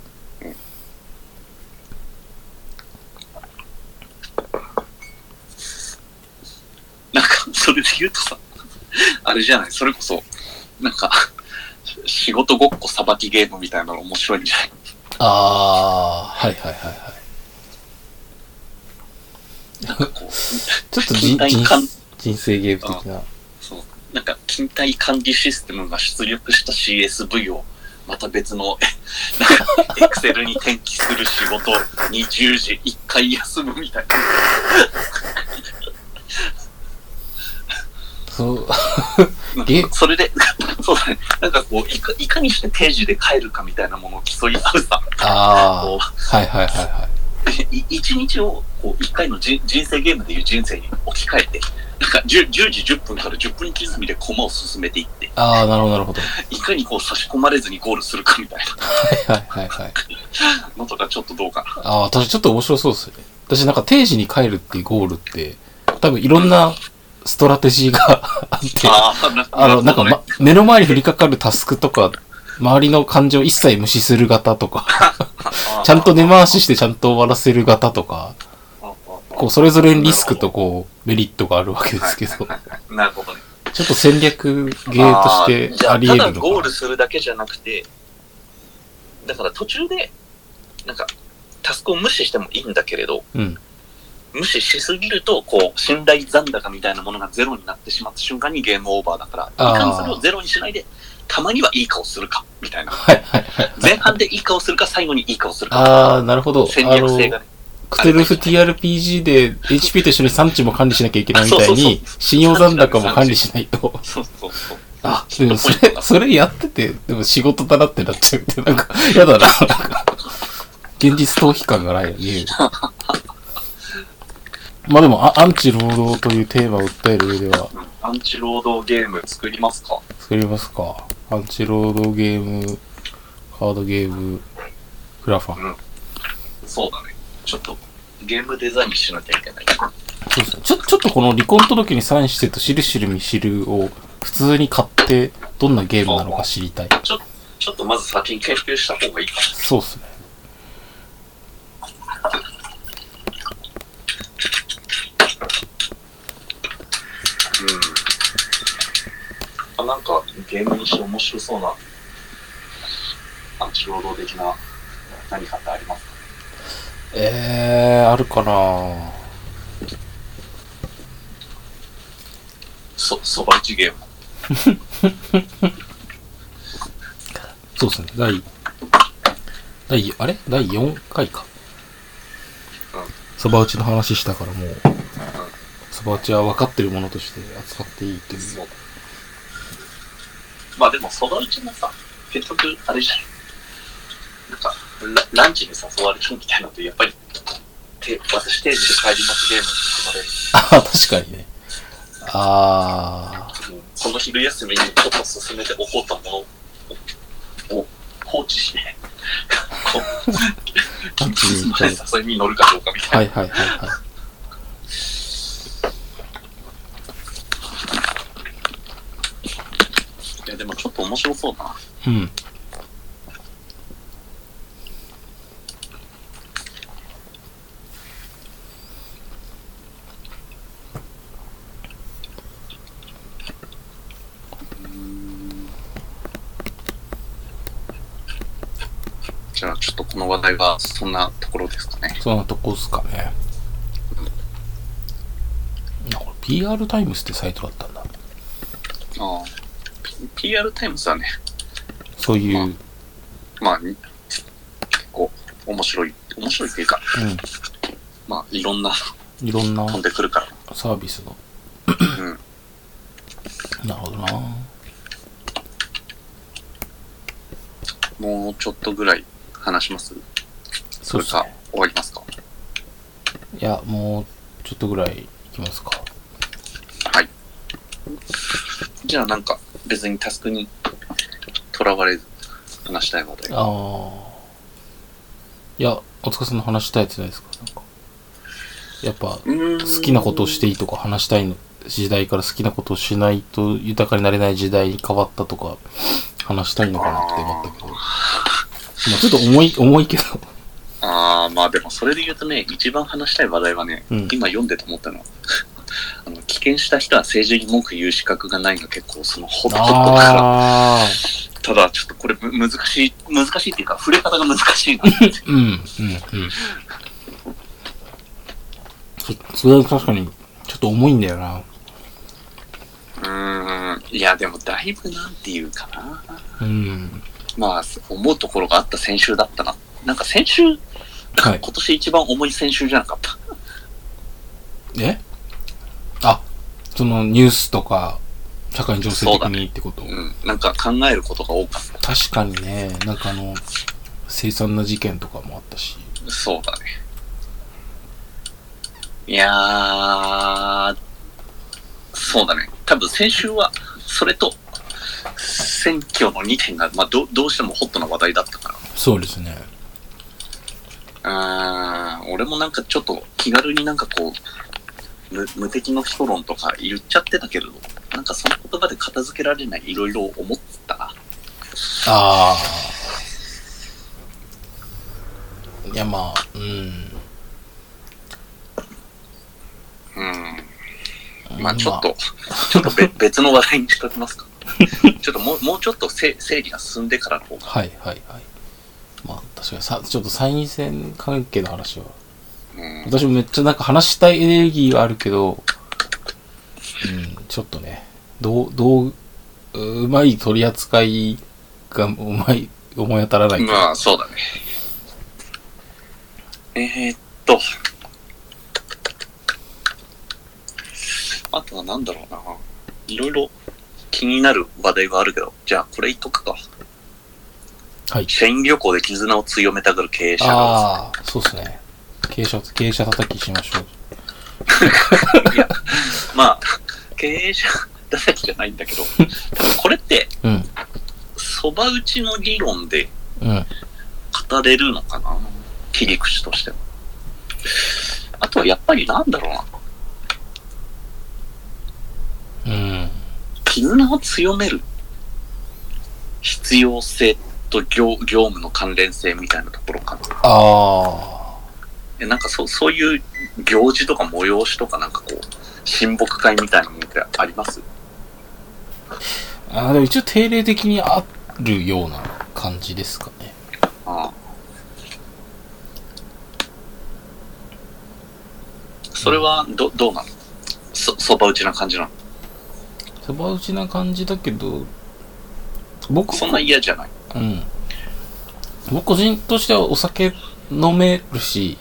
B: なんか、それで言うとさ、あれじゃない、それこそ、なんか、仕事ごっこさばきゲームみたいなの面白いんじゃない
A: ああ、はいはいはいはい。
B: なんかこう、
A: ちょっと
B: 近
A: 人
B: 代
A: 人
B: 感
A: 人生ゲーム的な。
B: そう、なんか、勤怠管理システムが出力した CSV を、また別の、えなんか、エクセルに転記する仕事に10時、1回休むみたいな。
A: そう、
B: なん
A: え
B: かそれで、そうだね。なんかこう、いかいかにして定時で帰るかみたいなものを競い合うさ、
A: あ
B: こ
A: あ、はいはいはいは
B: う、
A: い。
B: い一日を、こう、一回のじ人生ゲームでいう人生に置き換えて、なんか 10, 10時10分から10分刻みで駒を進めていって、
A: ああ、なるほど、なるほど。
B: いかにこう差し込まれずにゴールするかみたい
A: はいはいはい。
B: なのとかちょっとどうかな。
A: ああ、私ちょっと面白そうですね。私なんか定時に帰るっていうゴールって、多分いろんなストラテジーが あって、
B: ああ、な
A: あの、なんか、
B: るほ
A: ま、目の前に降りかかるタスクとか、周りの感情一切無視する型とか、
B: どね
A: ちゃんと根回ししてちゃんと終わらせる型とか、
B: あーあー
A: こう、それぞれにリスクとこう、メリットがあるわけですけど、ちょ
B: あーなるほどね。
A: っと戦略ゲーとしてあり
B: じゃあ
A: 得
B: ただ
A: る
B: ゴー
A: のか
B: ル。するだけじゃなくて、だから途中で、なんか、タスクを無視してもいいんだけれど、
A: うん。
B: 無視しすぎると、こう、信頼残高みたいなものがゼロになってしまった瞬間にゲームオーバーだから、
A: あー
B: いかにそれをゼロにしないで、たまにはいい顔するか、み たいな。
A: はいはい。
B: 前半でいい顔するか、最後にいい顔するか。
A: ああ、なるほど。
B: 戦
A: あ
B: 略
A: の、
B: 性がね。
A: クテルフ TRPG で HP と一緒に産地も管理しなきゃいけないみたい
B: あそうそう
A: に、信用残高も管理しないと。
B: そうそうそう。
A: あ、でもそれ、それやってて、でも仕事だなってなっちゃうって、なんか、やだな、なんか。現実逃避感がないよね。 まあでも、あアンチ労働というテーマを訴える上では、
B: うんアンチ労働ゲーム作りますか
A: 作りますか。アンチ労働ゲーム、カードゲーム、グラファン。
B: そうだね。ちょっと、ゲームデザインしなきゃいけない。
A: そうですね。ちょ、ちょっとこの離婚届にサインしてと、しるしるみしるを普通に買って、どんなゲームなのか知りたい。
B: ちょちょっとまず先に研究した方がいいかな。
A: そうですね。
B: あなんかゲームにして面白そうなアンチ労働的な何かってありますか
A: えー、あるかな
B: そそば打ちゲーム
A: そうですね。第、第、あれ第4回か
B: うん。
A: そば打ちの話したからもう、そば打ちは分かってるものとして扱っていいという。
B: うまあでもそば打ちもさ結局あれじゃんなんかラランチに誘われるみたいなのとやっぱりて私定時で帰りますゲームに含まれる
A: あー確かにね。あ
B: この昼休みにちょっと進めて起こったものををを放置して、 こう、
A: ー、ランチに行ったり。
B: 誘いに乗るかどうかみたいな。
A: はいはいはいはい。
B: いや、でもちょっと面白そうだな。
A: うん。
B: じゃあ、ちょっとこの話題はそんなところですかね。
A: そんなとこっすかね。あこれ PR タイムスってサイトだったんだ。
B: ああ。P- PR タイムズはね、
A: そういう、うん。
B: まあ、に結構面白い、面白いっていうか、まあ、いろんな
A: いろんな
B: 飛んでくるから。
A: サービスが。
B: うん。
A: なるほどな
B: もうちょっとぐらい話しますそ
A: そう
B: れ
A: ですね
B: か、終わりますか
A: いや、もうちょっとぐらいいきますか。
B: じゃあなんか別にタスクにとらわれず話したい話題
A: ああ。いや、お疲れさんの話したいやつないですかなんか。やっぱ、好
B: 好
A: きなことをしていいとか話したい時代から好きなことをしないと豊かになれない時代に変わったとか、話したいのかなって思ったけど。まあちょっと重い、重いけど。
B: ああまあでもそれで言うとね一番話したい話題はね、
A: うん
B: 今読んでて思ったのは あの棄権した人は政治に文句言う資格がないが結構そのホットホットか
A: ああ。
B: らただちょっとこれむ難しい難しいっていうか触れ方が難しいな
A: うん、うん、うん。そそれは確かに、ちょっと重いんだよな。
B: うーんいやでもだいぶなんていうかな
A: うん。
B: まあ思うところがあった先週だったななんか先週
A: は
B: 今
A: い。
B: 年一番重い先週じゃなかった
A: えあ、そのニュースとか、社会情勢的にってこと、
B: うん、なんか考えることが多かっ
A: 確かにね、なんかあの、凄惨な事件とかもあったし。
B: た。そうだね。いやー、そうだね。多分先週は、それと、選挙の2点が、まあど、どうしてもホットな話題だったから。
A: そうですね。
B: あー俺もなんかちょっと気軽になんかこう、無無敵の人論とか言っちゃってたけれど、なんかその言葉で片付けられないいろいろ思ったな。
A: ああ。いや、まあ、うん。
B: うん。まあちょっと、 ちょっとべ別の話題にしときますか。ちょっともう、もうちょっとせ整理が進んでからの方が。
A: はいはいはい。まあ確かにさ、ちょっと参院選関係の話は。
B: うん。
A: 私もめっちゃなんか話したいエネルギーはあるけど、うん、ちょっとね、どう、どう、ううまい取り扱いがうまい、思い当たらない。
B: まあそうだね。えー、っと。あとはなんだろうな。いろいろ気になる話題はあるけど、じゃあこれ言っとくか。
A: はい。
B: 社員旅行で絆を強めたがる経営者が
A: ああ、そうですね。傾斜、傾斜叩きしましょう。
B: まあ、経営者 だらけじゃないんだけど、多分これって、
A: うん、
B: そば打ちの理論で
A: うん。
B: 語れるのかな切り口としても。あとはやっぱりなんだろうな。
A: うん。
B: 絆を強める必要性と業業務の関連性みたいなところかな。
A: あ
B: でなんかそうそういう行事とか催しとかなんかこう、親睦会みたいなものってあります
A: あ。ああ、でも一応定例的にあるような感じですかね。
B: ああそれはどどうなのそそば打ちな感じなの
A: そば打ちな感じだけど、僕
B: そんな嫌じゃない
A: うん。僕個人としてはお酒飲めるし、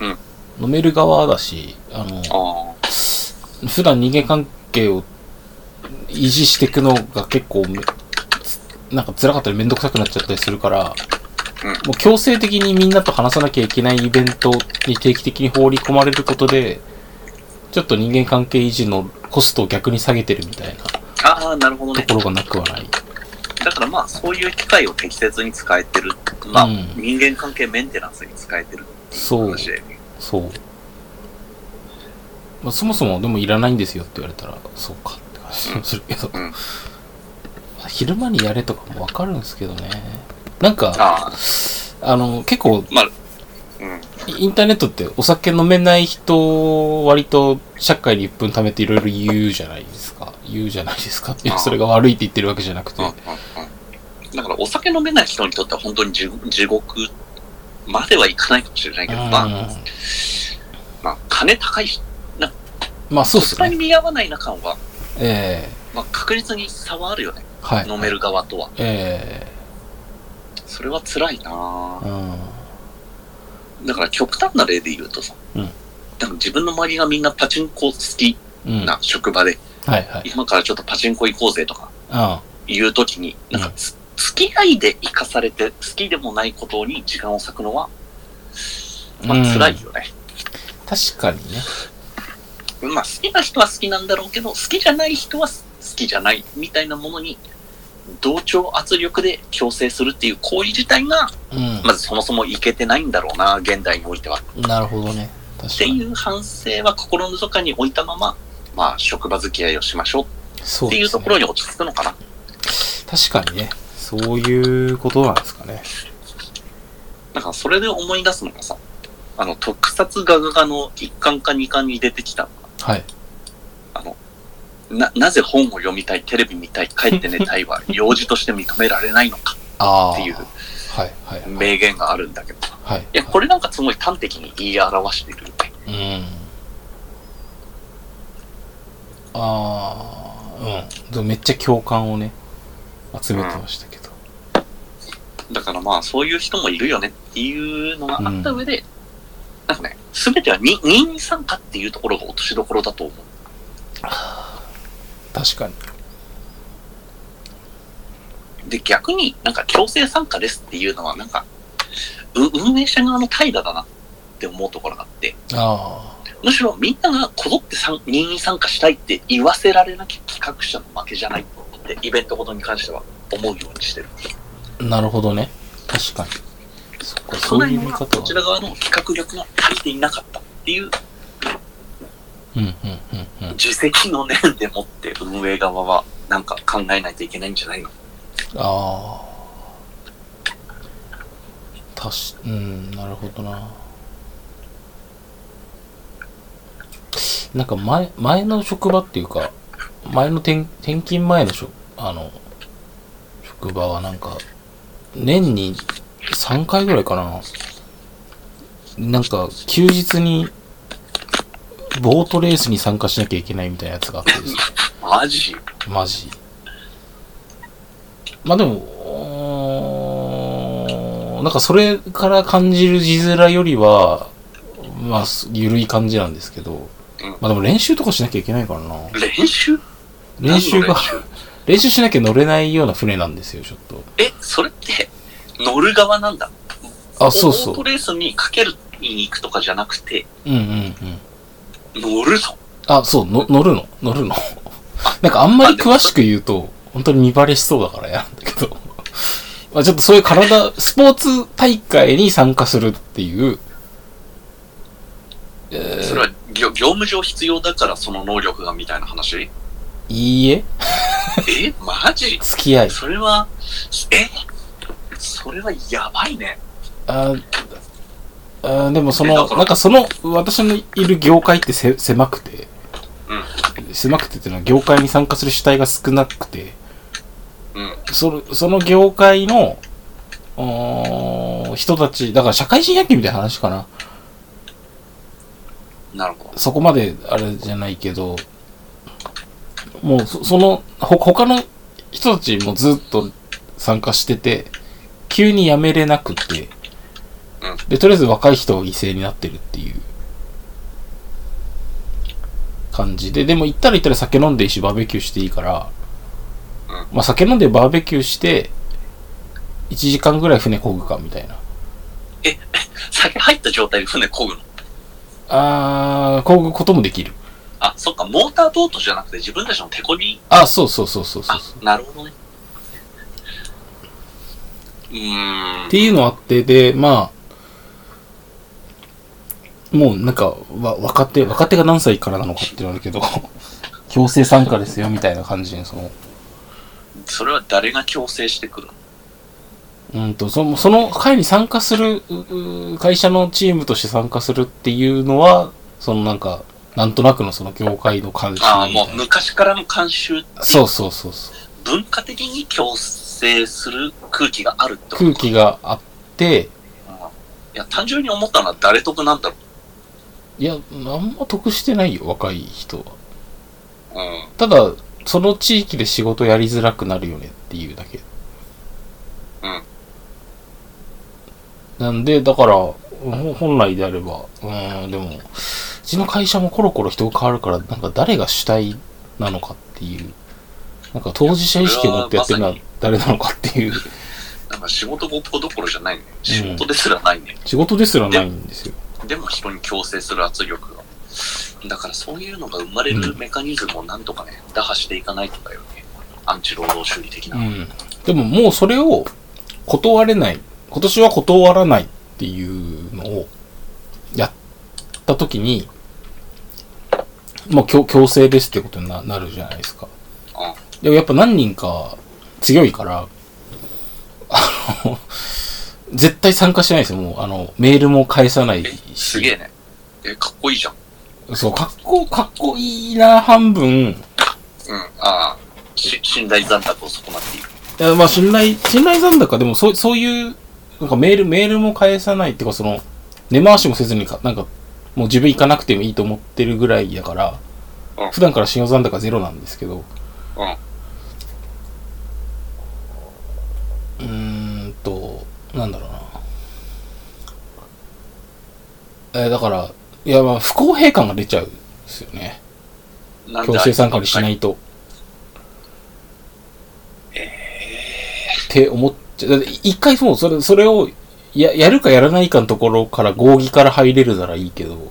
B: うん
A: 飲める側だし、あの、
B: あ
A: 普段人間関係を維持していくのが結構め、つなんか辛かったりめんどくさくなっちゃったりするから、
B: うん
A: もう強制的にみんなと話さなきゃいけないイベントに定期的に放り込まれることで、ちょっと人間関係維持のコストを逆に下げてるみたいなと
B: あああなるほどね
A: ころがなくはない。
B: だからまあそういう機会を適切に使えてるまあ、
A: うん
B: 人間関係メンテナンスに使えてるっていう
A: そう
B: 話で
A: そう。まあ、そもそもでもいらないんですよって言われたら、そうかって感じもするけど。
B: うん
A: まあ昼間にやれとかもわかるんですけどね。なんか、
B: ああ
A: あの、結構、
B: まあうん
A: インターネットってお酒飲めない人、割と社会に1分貯めていろいろ言うじゃないですか。言うじゃないですか。いや、それが悪いって言ってるわけじゃなくて。
B: だからお酒飲めない人にとっては本当に地獄地獄まではいかないかもしれないけど、まあ、
A: うん
B: まあ、金高い人、
A: まあ、そうっす
B: それに
A: ね。
B: 見合わない中は、
A: え
B: まあ、確実に差はあるよね。
A: えはい。
B: 飲める側とは。
A: え
B: それは辛いな
A: え
B: ぁ
A: うん。
B: だから極端な例で言うとさ、
A: うん
B: なんか自分の周りがみんなパチンコ好き
A: うん。は
B: な職場で、
A: いはい。
B: 今からちょっとパチンコ行こうぜとか
A: うん。
B: 言うときに、なんかつ、付き合いで生かされて、好きでもないことに時間を割くのは、ま
A: うん
B: あ辛いよね。
A: 確かにね。
B: まあ好きな人は好きなんだろうけど、好きじゃない人は好きじゃないみたいなものに、同調圧力で強制するっていう行為自体が、
A: うん。
B: まずそもそもいけてないんだろうな、現代においては。っ
A: なるほどね。確か
B: て
A: に。
B: いう反省は心の底に置いたまま、まあ職場付き合いをしましょう
A: そ
B: っ
A: う
B: てい
A: で
B: う
A: す
B: と
A: ね
B: こ。ろに落ち着くのかな。
A: 確かにね。そういうことなんですかね。
B: なんかそれで思い出すのがさ、あの特撮ガガガの1巻か2巻に出てきた、
A: はい。
B: あの、な、なぜ本を読みたい、テレビ見たい、帰 って寝たいは用事として認められないのか
A: ああ。
B: っていう
A: はい、はい。
B: 名言があるんだけど。
A: はい。
B: いや、これなんかすごい端的に言い表してるよね。
A: うん。ああ、うん。でもめっちゃ共感をね、集めてましたけど。
B: だからまあ、そういう人もいるよねっていうのがあった上で、なんかね、すべてはに任意参加っていうところが落としどころだと思う。
A: 確かに。
B: で、逆になんか強制参加ですっていうのはなんか、う運営者側の怠惰だなって思うところがあって、
A: あ
B: むしろみんながこぞって参任意参加したいって言わせられなきゃ企画者の負けじゃないってイベントごとに関しては思うようにしてる。
A: なるほどね。確かに。そっか、
B: そ
A: そう
B: の
A: いう
B: 辺
A: 見
B: は
A: 方
B: こち
A: は。
B: ら側の企画力が足りていなかったっていう
A: うん、うん、うん、うん。
B: 自責の念でもって運営側はなんか考えないといけないんじゃないの
A: ああ。たし、うん、なるほどな。なんか前、前の職場っていうか、前の転転勤前の職、あの、職場はなんか、年に3回ぐらいかな。なんか、休日に、ボートレースに参加しなきゃいけないみたいなやつがあってですね
B: マジ
A: マジ。まあでも、うーんなんかそれから感じる字面よりは、まあ、す緩い感じなんですけど、まあでも練習とかしなきゃいけないからな。
B: 練習
A: 練習が
B: 何の 練、
A: 練習しなきゃ乗れないような船なんですよ、ちょっと。
B: え、それって乗る側なんだ。
A: あ、そうそ
B: ボート
A: う。
B: レースにかけるに行くとかじゃなくて、
A: うんうんうん。
B: 乗るぞ。
A: あ、そう、の乗るの、乗るの。なんかあんまり詳しく言うと、本当に見バレしそうだからやなんだけど。まあちょっとそういう体、スポーツ大会に参加するっていう、
B: それは業業務上必要だからその能力がみたいな話
A: いいえ、
B: え、マジ
A: 付き合い。
B: それは、えそれはやばいね。
A: あーあーでもそ
B: えだ
A: の、
B: から
A: なんかその、私のいる業界ってせ狭くて、狭くてっていうのは業界に参加する主体が少なくて、
B: うん。
A: そのその業界の、おー人たち、だから社会人野球みたいな話かな。
B: なるほど。
A: そこまであれじゃないけど、もうそその、ほ他の人たちもずっと参加してて、急に辞めれなくて
B: うん、
A: で、とりあえず若い人が犠牲になってるっていう感じで、でも行ったら行ったら酒飲んでいいし、バーベキューしていいから、
B: うん
A: まあ酒飲んでバーベキューして、1時間ぐらい船漕ぐかみたいな。
B: 酒入った状態で船漕ぐの
A: あー、漕ぐこともできる。
B: あ、そっか、モーターボートじゃなくて自分たちの手こに。
A: あ、そうそうそうそうそう
B: あ
A: そう。、
B: なるほどね。うーん。
A: っていうのあって、で、まあ、もうなんか、わ、若手、若手が何歳からなのかって言われるけど、 強制参加ですよみたいな感じに、その、
B: それは誰が強制してくるの
A: うんと、その、その会に参加する、うう会社のチームとして参加するっていうのは、そのなんか、なんとなくのその業界の関心
B: ああ、
A: み
B: も
A: たいうな。
B: 昔からの慣習、
A: そうそうそうそう。
B: 文化的に強制する空気があるってこと
A: 空気があって、
B: うんいや、単純に思ったのは誰得なんだろ
A: いや、なんも得してないよ、若い人は。
B: う。うん。
A: ただ、その地域で仕事やりづらくなるよねっていうだけ。
B: うん。
A: なんで、だから、ほ本来であれば、うーん、でも、うちの会社もコロコロ人が変わるから、なんか誰が主体なのかっていう、なんか当事者意識を持ってやってるのは誰なのかっていう、
B: なんか仕事ごっこどころじゃないね。仕事ですらないね。
A: 仕事ですらないんですよ。
B: でも人に強制する圧力が。だからそういうのが生まれるメカニズムをなんとかね、打破していかないとだよね。アンチ労働主義的
A: う
B: な。
A: ん。でももうそれを断れない、今年は断らないっていうのをやったときに、もう強強制ですってことにななるじゃないですか。
B: うん
A: でもやっぱ何人か強いから、あの、絶対参加しないですよ。もう、あの、メールも返さない
B: え
A: し。、
B: すげえね。え、かっこいいじゃん。
A: そう、かっこ、かっこいいな半分、
B: うん。ああ、し信頼残高を損なっている。
A: いやまあ、信頼、信頼残高でも、そう、そういう、なんかメール、メールも返さないっていうか、その、根回しもせずにか、なんか、もう自分行かなくてもいいと思ってるぐらいだから、
B: うん
A: 普段から信用残高ゼロなんですけど、
B: うん。
A: うーんと、なんだろうな。えーだから、いや、まあ、不公平感が出ちゃうんですよね。
B: なんで
A: 強制参加にしないと。って思っちゃう。だって一回もうそれ、それをや、やるかやらないかのところから合議から入れるならいいけど、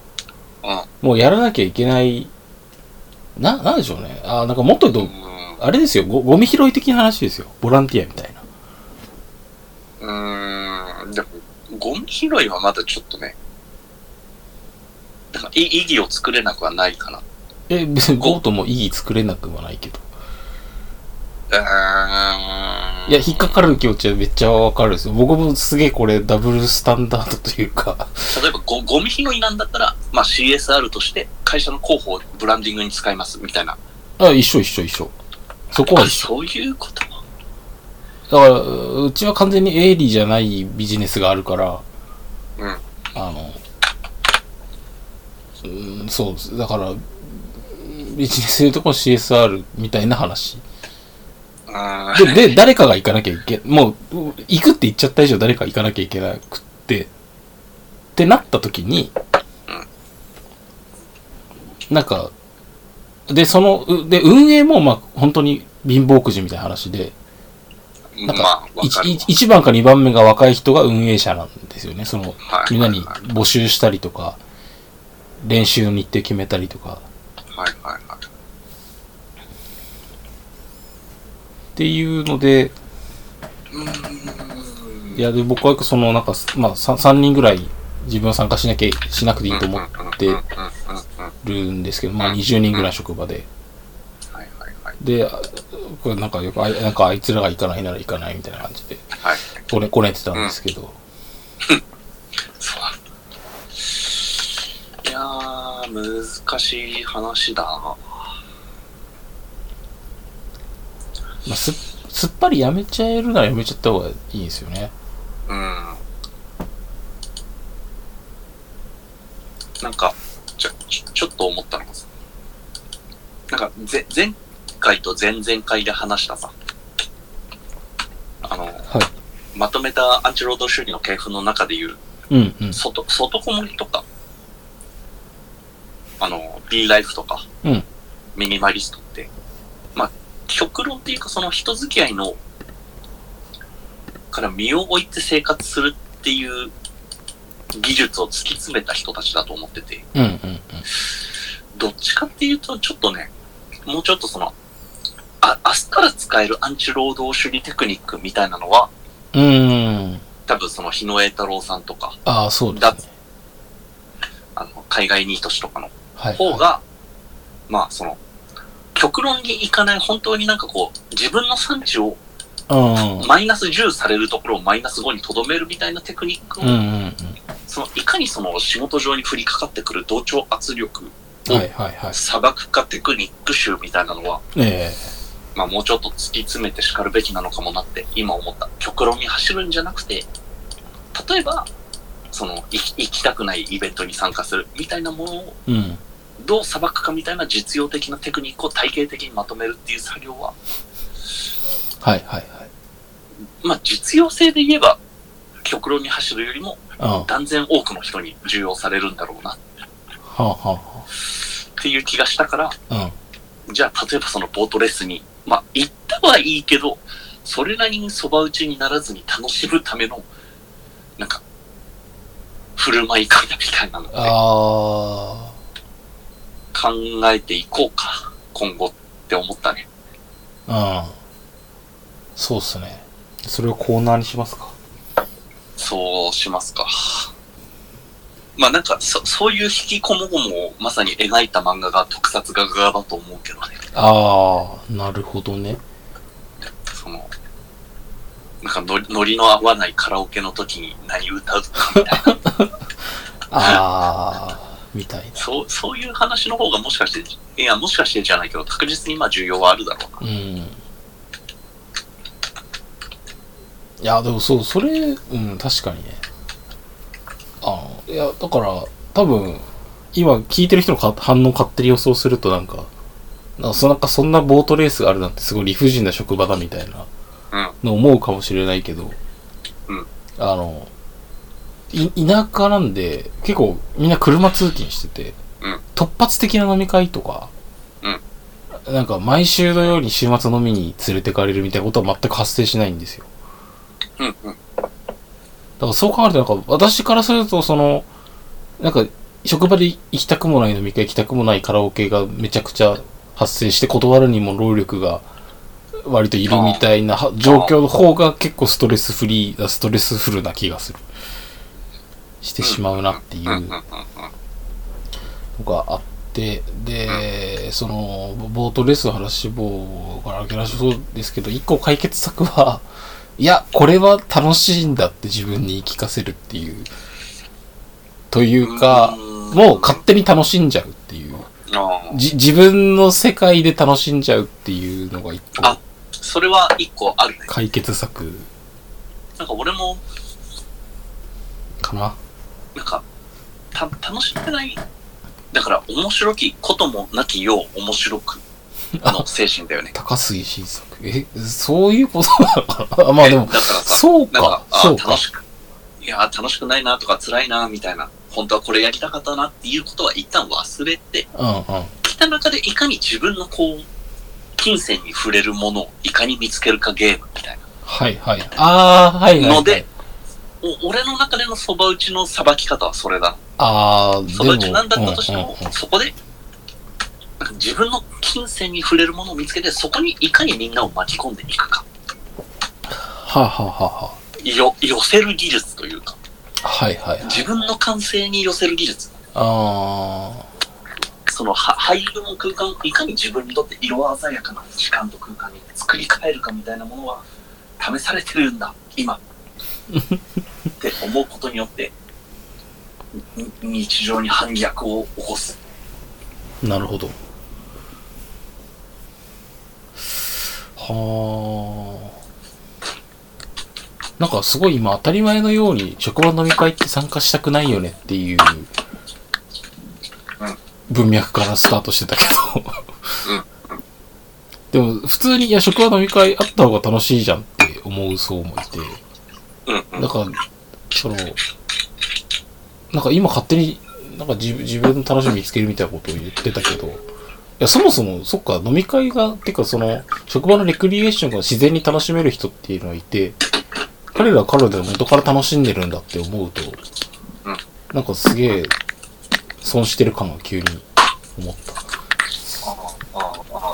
A: もうやらなきゃいけない、な、なんでしょうね。あーなんかもっと言うと、あれですよ、ごゴミ拾い的な話ですよ。ボランティアみたい
B: う
A: な。
B: ん。うん。でも、ゴミ拾いはまだちょっとね、なんかい意義を作れなくはないかな。
A: え、別にゴートも意義作れなくはないけど。
B: うーん。
A: いや、引っかかる気持ちはめっちゃわかるですよ。僕もすげえこれダブルスタンダードというか、
B: 例えばゴゴミ拾いなんだったら、まあ、CSR として会社の広報をブランディングに使いますみたいな。
A: あ、一緒一緒一緒。そこは
B: あ
A: 一緒。
B: そういうこと
A: だから、うちは完全に営利じゃないビジネスがあるから、
B: うん。
A: あの、うん、そうです。だから、ビジネスでいうとこの CSR みたいな話。
B: うーん。
A: で、で、誰かが行かなきゃいけ、もう、う行くって言っちゃった以上誰か行かなきゃいけなくって、ってなった時に、なんか、で、その、うで、運営も、まあ、本当に貧乏くじみたいな話で、なんか
B: まあ、わかるわ。
A: 1番か2番目が若い人が運営者なんですよね。その、
B: はい
A: みんなに募集したりとか、練習の日程決めたりとか、
B: はいはいはい。
A: っていうので、
B: うーん。
A: いや、で、僕はその、なんか、まあ、3, 人ぐらい自分は参加しなきゃ、しなくていいと思って
B: うんうんうんうんうん
A: るんですけど、まあ、20人ぐらい職場で。
B: はいはいはい。
A: で、あこれなんかよく、あいなんかあいつらが行かないなら行かないみたいな感じで、
B: はい。
A: こね、こねてたんですけど、
B: そうなんだいやー、難しい話だな。
A: まあ、す、すっぱりやめちゃえるならやめちゃった方がいいんですよね。
B: うん。なんか、ちょ、ちょちょっと思ったのがさ、なんか、ぜ、前回と前々回で話したさ、あの、
A: はい
B: まとめたアンチ労働主義の系譜の中でいう、
A: うん、うん。
B: 外、外こもりとか、あの、B ライフとか、
A: うん
B: ミニマリストって、まあ、極論っていうかその人付き合いの、から身を置いて生活するっていう技術を突き詰めた人たちだと思ってて、
A: うん、うん、うん。
B: どっちかっていうとちょっとね、もうちょっとその、あ、明日から使えるアンチ労働主義テクニックみたいなのは、
A: うーん。
B: 多分その日野栄太郎さんとか、
A: ああ、そうですね。
B: あの、海外ニート氏とかの
A: はい。
B: 方が、まあその、極論に行かない、本当になんかこう、自分の産地を
A: うん。
B: マイナス10されるところをマイナス5にとどめるみたいなテクニックを、
A: うん、うん、うん。
B: そのいかにその仕事上に降りかかってくる同調圧力、
A: はい、はい、はい。
B: 砂漠化テクニック集みたいなのは、
A: え
B: まあもうちょっと突き詰めて叱るべきなのかもなって今思った。極論に走るんじゃなくて、例えば、その行き行きたくないイベントに参加するみたいなものを
A: えうん。
B: どう裁くかみたいな実用的なテクニックを体系的にまとめるっていう作業は、
A: はい、はい、
B: まあ実用性で言えば、極論に走るよりも
A: はい。うん。は
B: 断然多くの人に重要されるんだろうなっ
A: あ、はあ、は
B: ていう気がしたから、
A: あ。うん。
B: じゃあ例えばそのボートレースに、まあ行ったはいいけど、それなりにそば打ちにならずに楽しむための、なんか、振る舞い方みたいなのをね
A: あ
B: 考えていこうか、今後って思ったね。
A: あ、うん。そうっすね。それをコーナーにしますか。
B: そうしますか。まあなんか、そ、そういう引きこもごもをまさに描いた漫画が特撮画画だと思うけどね。
A: ああ、なるほどね。
B: その、なんかノリノリの合わないカラオケの時に何歌うかみたいな。
A: ああ、みたい
B: そう、そういう話の方がもしかして、いや、もしかしてじゃないけど、確実にまあ需要はあるだろうな。
A: な。うん。いや、でもそう、それ、うん、確かにね。あの、いや、だから、多分、今聞いてる人のか反応を勝手に予想するとなんか、なんかそなんかそんなボートレースがあるなんてすごい理不尽な職場だみたいな
B: うん
A: の思うかもしれないけど、
B: うん
A: あの、い田舎なんで、結構みんな車通勤してて、
B: うん
A: 突発的な飲み会とか、なんか毎週のように週末飲みに連れてかれるみたいなことは全く発生しないんですよ。
B: うんうん。
A: だからそう考えるとなんか私からするとその、なんか職場で行きたくもない飲み会行きたくもないカラオケがめちゃくちゃ発生して断るにも労力が割といるみたいなは状況の方が結構ストレスフリーだストレスフルな気がするしてしまうなっていう
B: うんうんうん
A: のがあってでそのボートレースの話もカラオケの話もそうですけど一個解決策はい やこれは楽しいんだって自分に言い聞かせるっていうとい
B: うん
A: うか、
B: ん
A: もう勝手に楽しんじゃうっていう。
B: あー
A: じ、自分の世界で楽しんじゃうっていうのが一個
B: あそれは一個あるね。
A: 解決策
B: なんか俺も、
A: かな。。
B: なんか、た、楽しめない。だから、面白きこともなきよう面白くの精神だよね
A: 高杉晋作。え、そういうことなのかなあまあで
B: え
A: も
B: だ、からさ、
A: そ
B: な
A: う
B: ん
A: か
B: か、、あ
A: そう
B: ー
A: か
B: 楽。しく、いやー、楽しくないなとか辛いなみたいな、本当はこれやりたかったなっていうことは一旦忘れて、
A: うんうん。
B: 来た中でいかに自分のこう、金銭に触れるものをいかに見つけるかゲームみたいな。
A: はいはい。ああ、はいはい、はい。
B: のでお俺の中でのそば打ちのさばき方はそれだ。
A: ああ、で
B: そ
A: も、
B: ば打
A: うん
B: ちなんだったとしても、
A: う
B: そこで、なんか自分の金銭に触れるものを見つけて、そこにいかにみんなを巻き込んでいくか。
A: はあ、はあはあは
B: よ、寄せる技術というか、
A: あ、はいはいはい。
B: 自分の感性に寄せる技術。
A: あ
B: その、は俳優の空間をいかに自分にとって色鮮やかな時間と空間に作り変えるかみたいなものは、試されてるんだ、 今。って思うことによって、に日常に反逆を起こす。
A: あ、なるほど。はあ。なんかすごい今当たり前のように職場飲み会って参加したくないよねっていう
B: うん
A: 文脈からスタートしてたけど
B: うん。
A: でも普通にいや職場飲み会あった方が楽しいじゃんって思う層もいて。
B: うんうん。
A: なんか、その、なんか今勝手に、なんか自分自分の楽しみ見つけるみたいなことを言ってたけど、いや、そもそも、そっか、飲み会が、てかその、職場のレクリエーションが自然に楽しめる人っていうのがいて、彼らは彼らで元から楽しんでるんだって思うと、
B: うん
A: なんかすげえ、損してる感が急に思った。
B: ああああああ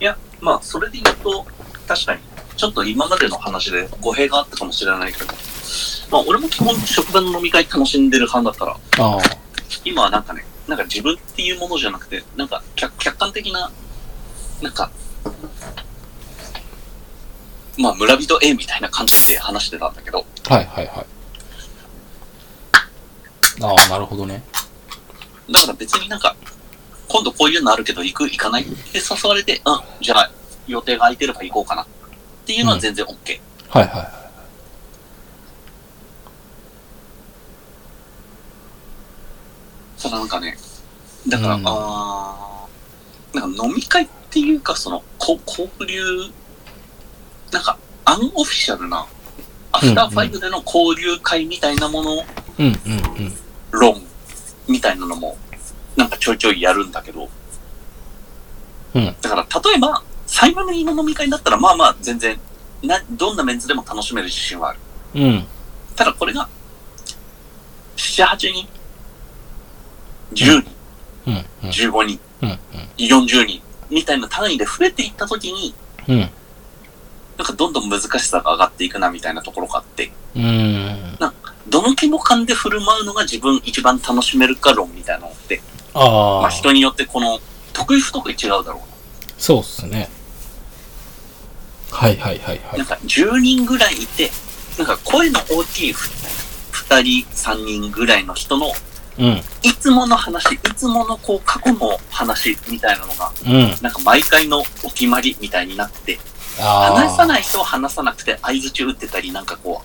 B: いや、まあ、それで言うと、確かに、ちょっと今までの話で語弊があったかもしれないけど、まあ、俺も基本職場の飲み会楽しんでる派だから、
A: ああ、
B: 今はなんかね、なんか自分っていうものじゃなくて、なんか客客観的な、なんか、まあ、村人 A みたいな感じで話してたんだけど、
A: はいはいはい。ああ、なるほどね。
B: だから別になんか、今度こういうのあるけど行く行かないって誘われて、うん、じゃあ予定が空いてれば行こうかなっていうのは全然 OK。
A: はいはいはい。
B: そのなんかね、だから、
A: うん
B: あーなんか飲み会っていうか、その、こ交流、なんか、アンオフィシャルな、アフターファイブでの交流会みたいなもの、
A: うんうんうん。
B: 論みたいなのも、なんかちょいちょいやるんだけど。
A: うん
B: だから、例えば、最後の犬飲み会だったら、まあまあ、全然、な、どんなメンツでも楽しめる自信はある。
A: うん。
B: ただ、これが、7、8人、10
A: うんうん。
B: 人、15人、
A: うんうん
B: 40人、みたいな単位で増えていったときに、
A: うん。
B: なんかどんどん難しさが上がっていくな、みたいなところがあって、
A: うーん。
B: どの規模感で振る舞うのが自分一番楽しめるか論みたいなのって、
A: あ
B: まあ
A: あ、
B: 人によってこの、得意不得意違うだろうな。
A: そうっすね。はいはいはいは
B: ないん。か10人ぐらいいて、なんか声の大きい2人、3人ぐらいの人の、
A: うん。
B: いつもの話、いつものこう過去の話みたいなのが、
A: うん。
B: なんか毎回のお決まりみたいになって、
A: ああ。
B: 話さない人は話さなくて相づち打ってたり、なんかこ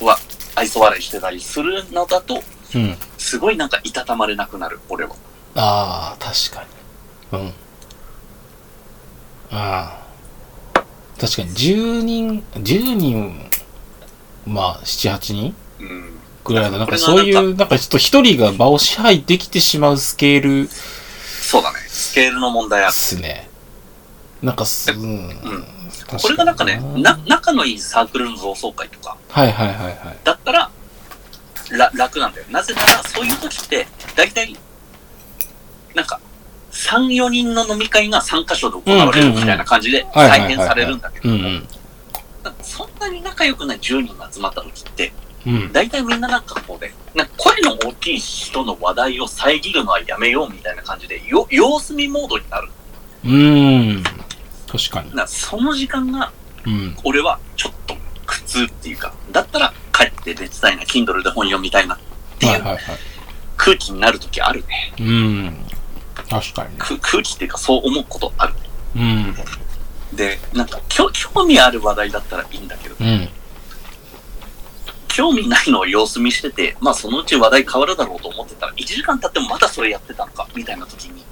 B: う、は、愛想笑いしてたりするのだと、
A: うん。
B: すごいなんかいたたまれなくなる、俺は。
A: ああ、確かに。うん。ああ。確かに、10人、10人、まあ、7、8人
B: うん。
A: ぐらいだ。なんかそういう、なんかちょっと一人が場を支配できてしまうスケールで
B: そうだね。スケールの問題ある。
A: すね。なんかす、う
B: ん
A: ん。確かに
B: これがなんかね、な、仲のいいサークルの同窓会とか、
A: はいはいはいはい。
B: だったら、ら楽なんだよ。なぜなら、そういう時って、大体、なんか、3、4人の飲み会が3カ所で行われるみたいな感じで
A: うんうんうんはい
B: 再
A: はいはい
B: 編
A: はい
B: されるんだけ
A: う
B: ど、
A: ん
B: なんかそんなに仲良くない10人が集まった時って、
A: うん。うん。
B: 大体みんななんかこうね、なんか声の大きい人の話題を遮るのはやめようみたいな感じで、よ様子見モードになる。
A: うーん。確かに。
B: なんかその時間が
A: うん。
B: 俺はちょっと苦痛っていうか、だったら帰って寝てたいな、Kindle で本読みたいなってい
A: はいうはいはい。
B: 空気になる時あるね。
A: うん。確かにね。
B: く空気っていうかそう思うことある。
A: うん。
B: で、なんかきょ興味ある話題だったらいいんだけど、
A: うん。
B: 興味ないのを様子見してて、まあそのうち話題変わるだろうと思ってたら、1時間経ってもまだそれやってたのか、みたいな時に、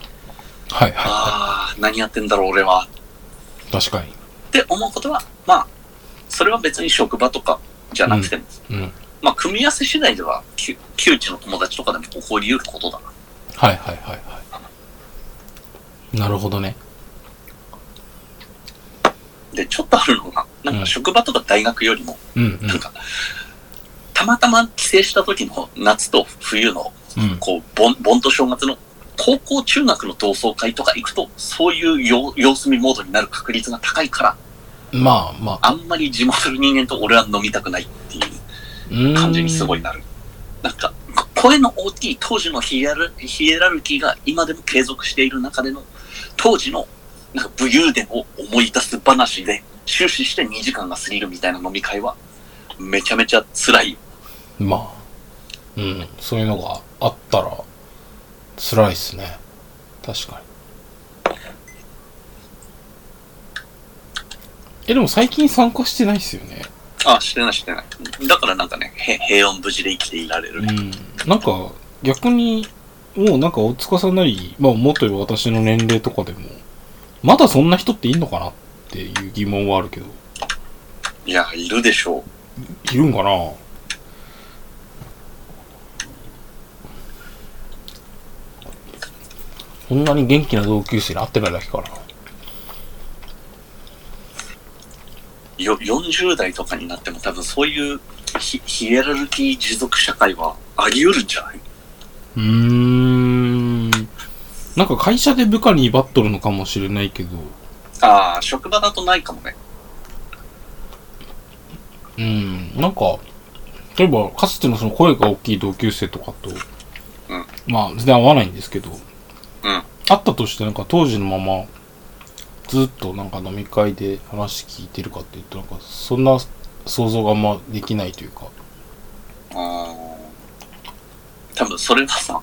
A: はいは
B: あー、何やってんだろう俺は、
A: い。確か
B: っ
A: に。
B: て思うことは、まあ、それは別に職場とかじゃなくても、
A: うん。
B: まあ組み合わせ次第では、きゅ旧知の友達とかでも起こり得ることだな。
A: はいはいはいはい。なるほどね。
B: で、ちょっとあるのが、なん
A: うん
B: か職場とか大学よりも、
A: うんう
B: なん
A: ん。
B: か、たまたま帰省した時の夏と冬の、
A: うん。
B: こう、盆盆と正月の、高校、中学の同窓会とか行くと、そういう様様子見モードになる確率が高いから、
A: まあまあ。
B: あんまり地元の人間と俺は飲みたくないっていう
A: うーん
B: 感じにすごい。なる。なんか、こ声の大きい当時のヒエラルヒエラルキーが今でも継続している中での、当時のなんか武勇伝を思い出す話で終始して2時間が過ぎるみたいな飲み会は、めちゃめちゃ辛いよ。
A: まあ。うん。そういうのがあったら、辛いっすね。確かに。え、でも最近参加してないっすよね。
B: あ、してないしてない。だからなんかね、へ平穏無事で生きていられる。
A: うん、なんか逆にもうなんか大塚さんなり、まあ、もっと言えば私の年齢とかでもまだそんな人っていんのかなっていう疑問はあるけど
B: いや、いるでしょう。
A: いるんかなそんなに元気な同級生に会ってないだけかな
B: よ40代とかになっても多分そういうヒヒエラルキー持続社会はあり得るんじゃないう
A: ーんなんか会社で部下に威張っとるのかもしれないけど
B: ああ、職場だとないかもね。
A: うん、なんか、例えば、かつてのその声が大きい同級生とかと、まあ、全然合わないんですけど、
B: うん。
A: あったとして、なんか当時のまま、ずっとなんか飲み会で話聞いてるかっていうと、なんか、そんな想像があんまできないというか、
B: あー多分それはさ、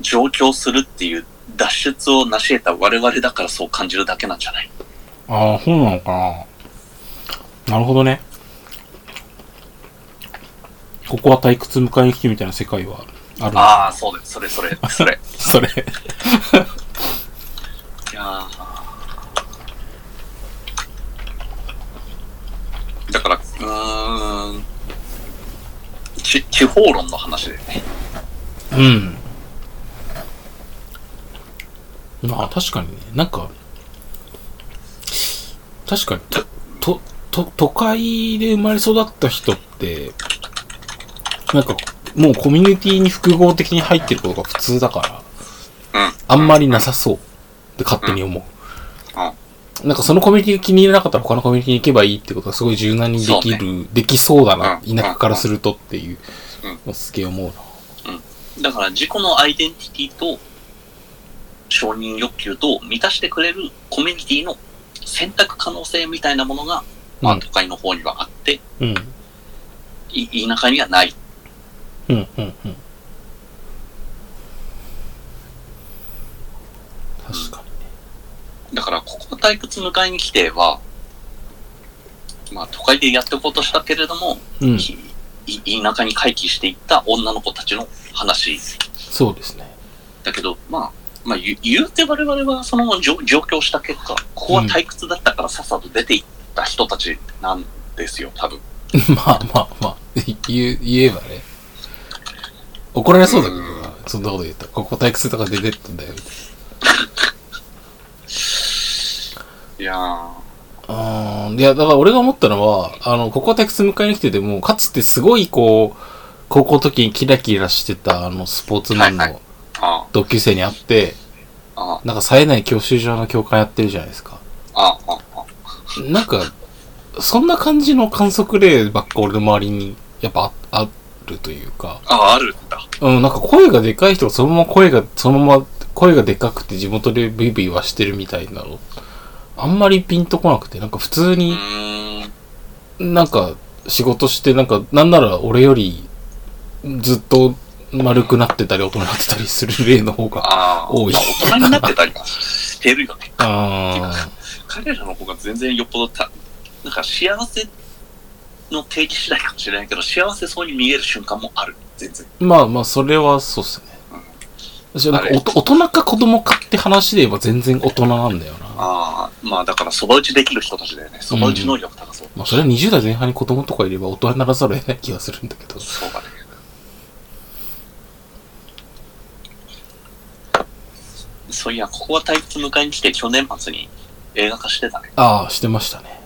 B: 上京するっていう脱出を成し得た我々だからそう感じるだけなんじゃない
A: ああ、そうなのかな。なるほどね。ここは退屈迎えに来てみたいな世界はあるの
B: ああ、そうだよ。それそれ、それ。
A: それ。
B: いやーだから、うーん、ち地方論の話でね。
A: うん。まあ確かにね、なんか、確かに、と、と、と、都会で生まれ育った人って、なんか、もうコミュニティに複合的に入ってることが普通だから、
B: うん。
A: あんまりなさそうって勝手に思う。
B: うん
A: なんかそのコミュニティが気に入らなかったら他のコミュニティに行けばいいってことがすごい柔軟にできる、できそうだな、
B: うん
A: 田舎からするとっていう
B: うん、
A: のすげえ思うな。
B: だから自己のアイデンティティと承認欲求と満たしてくれるコミュニティの選択可能性みたいなものが、ま
A: う
B: あ
A: ん
B: 都会の方にはあって、
A: うん。
B: い田舎にはない。
A: うんうんうん。確か
B: だからここ退屈迎えに来ては、まあ都会でやっていこうとしたけれども、
A: に。うん。
B: いい田舎に回帰していった女の子たちの話
A: そうですね。
B: だけど、まあ、まあ、言う言うて我々はその上上京した結果、ここは退屈だったからさっさと出ていった人たちなんですよ、多分。
A: まあまあまあ、言う言えばね。怒られそうだけどな、そんなこと言ったら。ここ退屈とから出てったんだよ、みたいない
B: やー、
A: あうんいや、だから俺が思ったのは、あの、ここはテクス迎えに来てても、かつてすごいこう、高校の時にキラキラしてた、あの、スポーツマン
B: はいは
A: の
B: あ
A: 同級生に会って、
B: あ、あ
A: なんか冴えない教習所の教官やってるじゃないですか。
B: あ、ああ、
A: なんか、そんな感じの観測例ばっか俺の周りに、やっぱああるというか、
B: あ、あるんだ。
A: うん、なんか声がでかい人がそのまま声が、そのまま声がでかくて地元でビビはしてるみたいなの。あんまりピンとこなくて、なんか普通
B: う
A: に、
B: ーん。
A: なんか仕事して、なんか、なんなら俺よりずっと丸くなってたり、大人になってたりする例の方が。
B: ああ、
A: 多い
B: まあ大人になってたり はしてるよね。
A: あ
B: 彼らの方が全然よっぽどた、なんか幸せの定義次第かもしれないけど、幸せそうに見える瞬間もある。全然。
A: ーまあまあ、それはそうっすね。私はなんかおと大人か子供かって話で言えば全然大人なんだよな。
B: ああ、まあだから、そば打ちできる人たちだよね。そば打ち能力高そう。
A: まあ、それは20代前半に子供とかいれば大人にならざるを得ない気がするんだけど。
B: そうだね。そういや、ここは退屈迎えに来て、去年末に映画化してたね。
A: ああ、してましたね。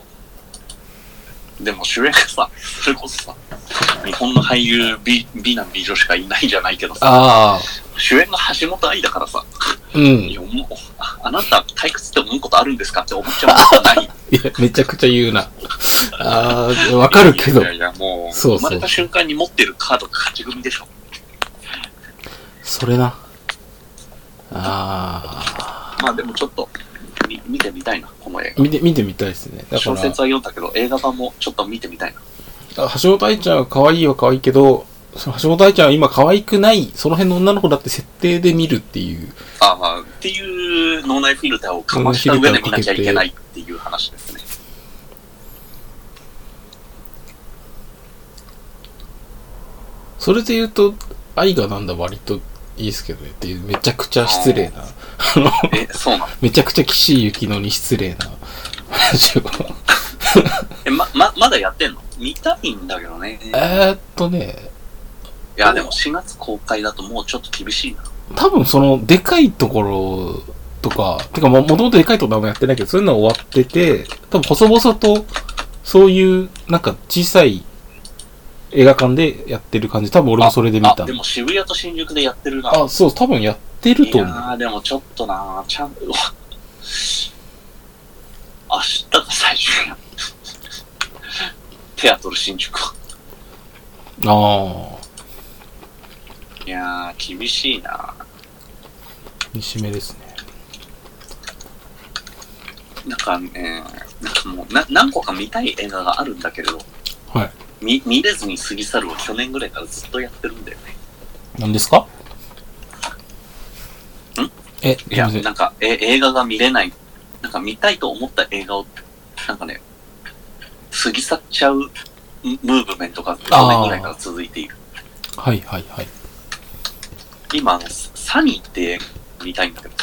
B: でも主役さ、 それこそさ、日本の俳優美美男美女しかいないじゃないけどさ、
A: ああ、
B: 主演が橋本愛だからさ、
A: うん。
B: い
A: い
B: や思うああなた退屈って思うことあるんですかって思っちゃうことはない。
A: や、めちゃくちゃ言うな。 ああ、 わかるけど
B: いや。いやいや、もう、
A: そうそう
B: 生まれた瞬間に持ってるカードが勝ち組でしょ。
A: それな。あ
B: まあでもちょっと、み見てみたいな、この映画。
A: あ、見て、見てみたいですね。だか
B: 小
A: ら、
B: 説は読んだけど、映画版もちょっと見てみたいな。
A: あ橋本愛ちゃんは可愛いは可愛いけど、その橋本愛ちゃんは今可愛くない、その辺の女の子だって設定で見るっていう。
B: あまあ、っていう脳内フィルターをかました上で見なきゃいけないっていう話ですね。
A: それで言うと、愛がなんだ割といいですけどねっていう、めちゃくちゃ失礼な。
B: え、そうなの
A: めちゃくちゃ岸井ゆきのに失礼な 話を。
B: え、ま、ま、まだやってんの見たいんだけどね。い
A: えーっとね、
B: や、でも4月公開だともうちょっと厳しいな。
A: 多分その、でかいところとか、てかもともとでかいところはあんまやってないけど、そういうのは終わってて、多分細々と、そういう、なんか小さい映画館でやってる感じ。多分俺もそれで見た
B: あ、でも渋谷と新宿でやってるな。
A: あそう、多分やってる
B: い
A: と
B: や
A: 思う。
B: ー、でもちょっとなちゃん、うわ明日が最終や。 テアトル新宿は。
A: ああ。
B: いやー、厳しいな
A: 西目ですね。
B: なんかね、なんかもうな何個か見たい映画があるんだけれど、
A: はい。
B: 見見れずに過ぎ去るを去年ぐらいからずっとやってるんだよね。
A: 何ですか
B: ん
A: え、
B: い
A: すい
B: や、
A: ません。
B: なんかえ映画が見れない、なんか見たいと思った映画を、なんかね、過ぎ去っちゃうムムーブメントが去年ぐらいから続いている。
A: はいはいはい。
B: 今あの、サニーって映画見たいんだけど、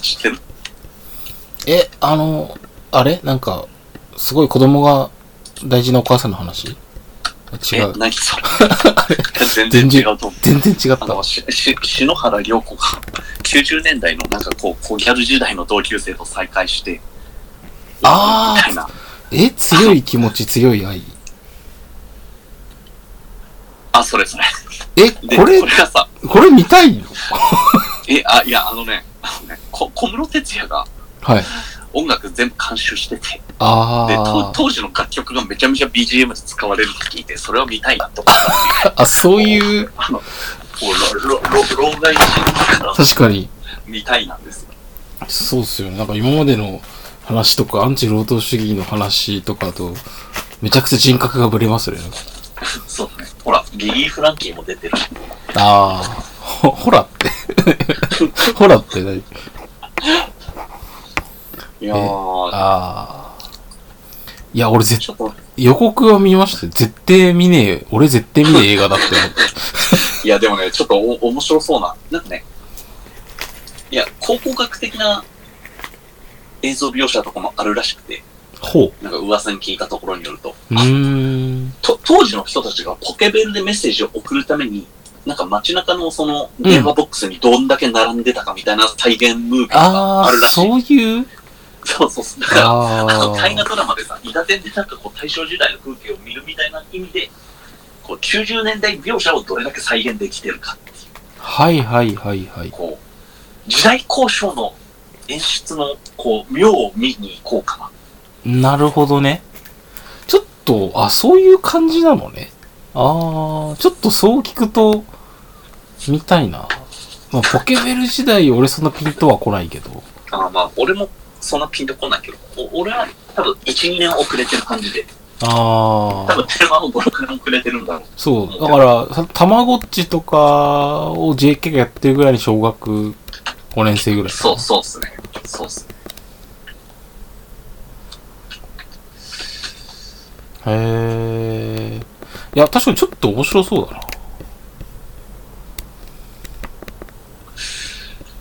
B: 知ってる
A: え、あの、あれなんか、すごい子供が大事なお母さんの話違
B: え
A: う、。
B: 何 それ全然違うと思う。
A: 全然違っ
B: あ
A: た
B: の、。し、し、篠原涼子が 90年代のなんかこう、小ギャル時代の同級生と再会して、
A: あー
B: みたいな。
A: え強い気持ち、強い愛。
B: あ、それそれ。
A: え、
B: で、
A: これ
B: こ、れがさ、
A: これ見たいの
B: え、あ、いや、あのね、あのね、こ小室哲也が
A: はい。
B: 音楽全部監修してて、で、と
A: あ
B: 当時の楽曲がめちゃめちゃ BGM で使われるって聞いて、それを見たいなと思った。
A: ー、あ、そういう、
B: あの、こう、ろ、ろ、ろ、老害人から
A: 確かに、
B: 見たいなんですよ。
A: そうっすよね。なんか今までの話とか、アンチ労働主義の話とかと、めちゃくちゃ人格がぶれますね。
B: そうだね。ほら、リリー・フランキーも出てる。
A: あー、ほ、ほらって。ほらって何
B: いやー、
A: あー。いや、俺絶
B: ちょっと、
A: 予告は見ましたよ絶対見ねえ、俺絶対見ねえ映画だって思って。
B: いや、でもね、ちょっとお面白そうな、なんかね、いや、考古学的な映像描写とかもあるらしくて、
A: ほう。
B: なんか噂に聞いたところによると、
A: うーん。
B: と当時の人たちがポケベルでメッセージを送るために、なんか街中のその電話ボックスにどんだけ並んでたかみたいな再現ムービーが
A: あ
B: ある
A: ー、
B: らしい。
A: そういう
B: そうそうそう。だから、あ
A: あ
B: の、大河ドラマでさ、伊賀天でなんかこう、大正時代の風景を見るみたいな意味で、こう、90年代描写をどれだけ再現できてるかっていう、
A: はいはいはいはい。
B: こう、時代交渉の演出の、こう、妙を見に行こうかな。
A: なるほどね。ちょっと、あ、そういう感じなのね。ああ、ちょっとそう聞くと、見たいな。まあ、ポケベル時代、俺そんなピントは来ないけど。
B: ああまあ、俺もそんなピンとこないけど、お俺は多分1、2年遅れてる感じで、
A: あ
B: 多
A: あ
B: 分、テーマも5、6年遅れてるんだろう。
A: そう。だから、さたまごっちとかを JK がやってるぐらいに小学5年生ぐらい。
B: そう、そうっすね。そうっすね。
A: へえ。いや、確かにちょっと面白そうだな。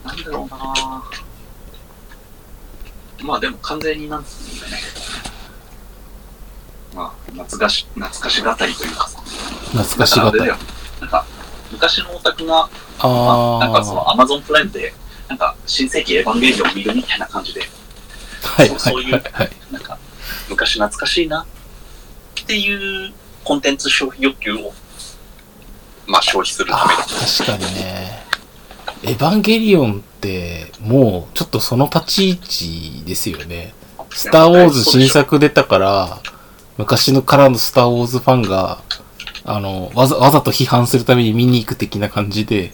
B: なんだろうなまあでも完全になんつうんだよね。まあ、懐かし、懐かしがたりというかさ。
A: 懐かしが
B: なんかあれ
A: た
B: だ
A: い。
B: よ。なんか、昔のオタクが、まあ、なんかその
A: ああ。
B: アマゾンプライムで、なんか、新世紀エヴァンゲリオンを見るみたいな感じで、
A: はいは
B: そそう
A: いう
B: いう
A: はいはい。
B: なんか、昔懐かしいなっていうコンテンツ消費欲求を、まあ消費するため
A: ああ、確かにね。エヴァンゲリオンって、もう、ちょっとその立ち位置ですよね。スター・ウォーズ新作出たから、昔のからのスター・ウォーズファンが、あの、わざ、わざと批判するために見に行く的な感じで、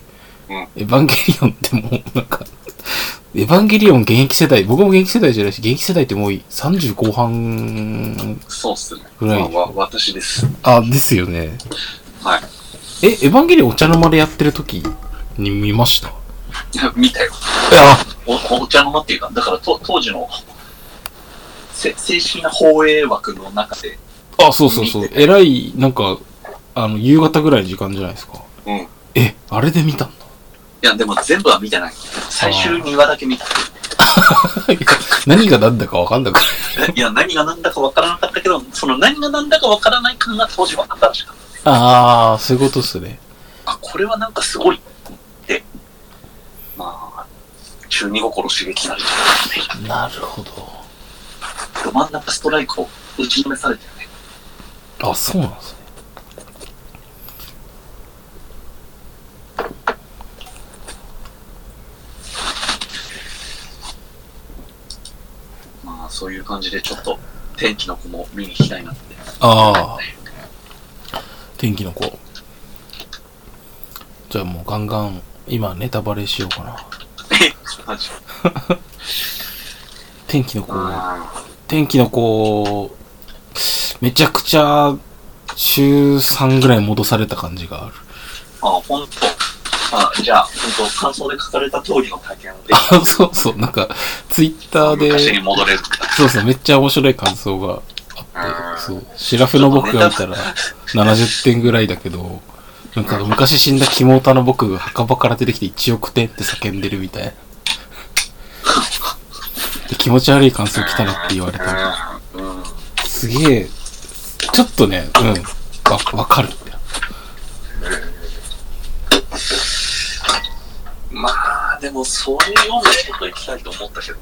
B: うん
A: エヴァンゲリオンってもう、なんか、エヴァンゲリオン現役世代、僕も現役世代じゃないし、現役世代ってもう30後半、
B: そうっすね。
A: ぐらい
B: まあわ私です。
A: あ、ですよね。
B: はい。
A: え、エヴァンゲリオンお茶の間でやってる時に見ました
B: 見たよ。
A: いや、
B: おお茶の間っていうか、だからと当時のせ正式な放映枠の中で、
A: あ、そうそうそう。えらい、なんか、あの、夕方ぐらいの時間じゃないですか。
B: うん。い
A: え、あれで見たんだ。
B: や、でも全部は見てない。最終2話だけ見た。
A: 何が何だかわかんなくない
B: いや、何が何だかわからなかったけど、その何が何だかわからない感が当時は新しかっ
A: ああ、そういうことっすね。
B: た。あ、これはなんかすごいって、まあ、中二心刺激されてる、ね。
A: なるほ
B: ど真ん中ストライクを打ちのめされてるね。
A: ど。あ、そうなんですね。
B: まあ、そういう感じでちょっと、天気の子も見に行きたいな って。
A: ああ、天気の子。じゃあもうガンガン、今ネタバレしようかな。
B: マジ
A: 天気の子、
B: あ
A: 天気の子、めちゃくちゃ、週3ぐらい戻された感じがある。
B: あ、ほんと。あじゃあ、ほんと、感想で書かれた通りの体験をでき
A: あ、そうそう、なんか、ツイッター で、
B: 昔に戻れるんだ。
A: そうそう、めっちゃ面白い感想があって、そう、シラフの僕が見たら70点ぐらいだけど、なんか昔死んだ肝タの僕が墓場から出てきて1億点って叫んでるみたいな。で気持ち悪い感想来たなって言われた。
B: うん。うん
A: すげえ、ちょっとね、うん、わ、わかるみたいな。
B: まあ、でも、そういうような人と行きたいと思ったけど、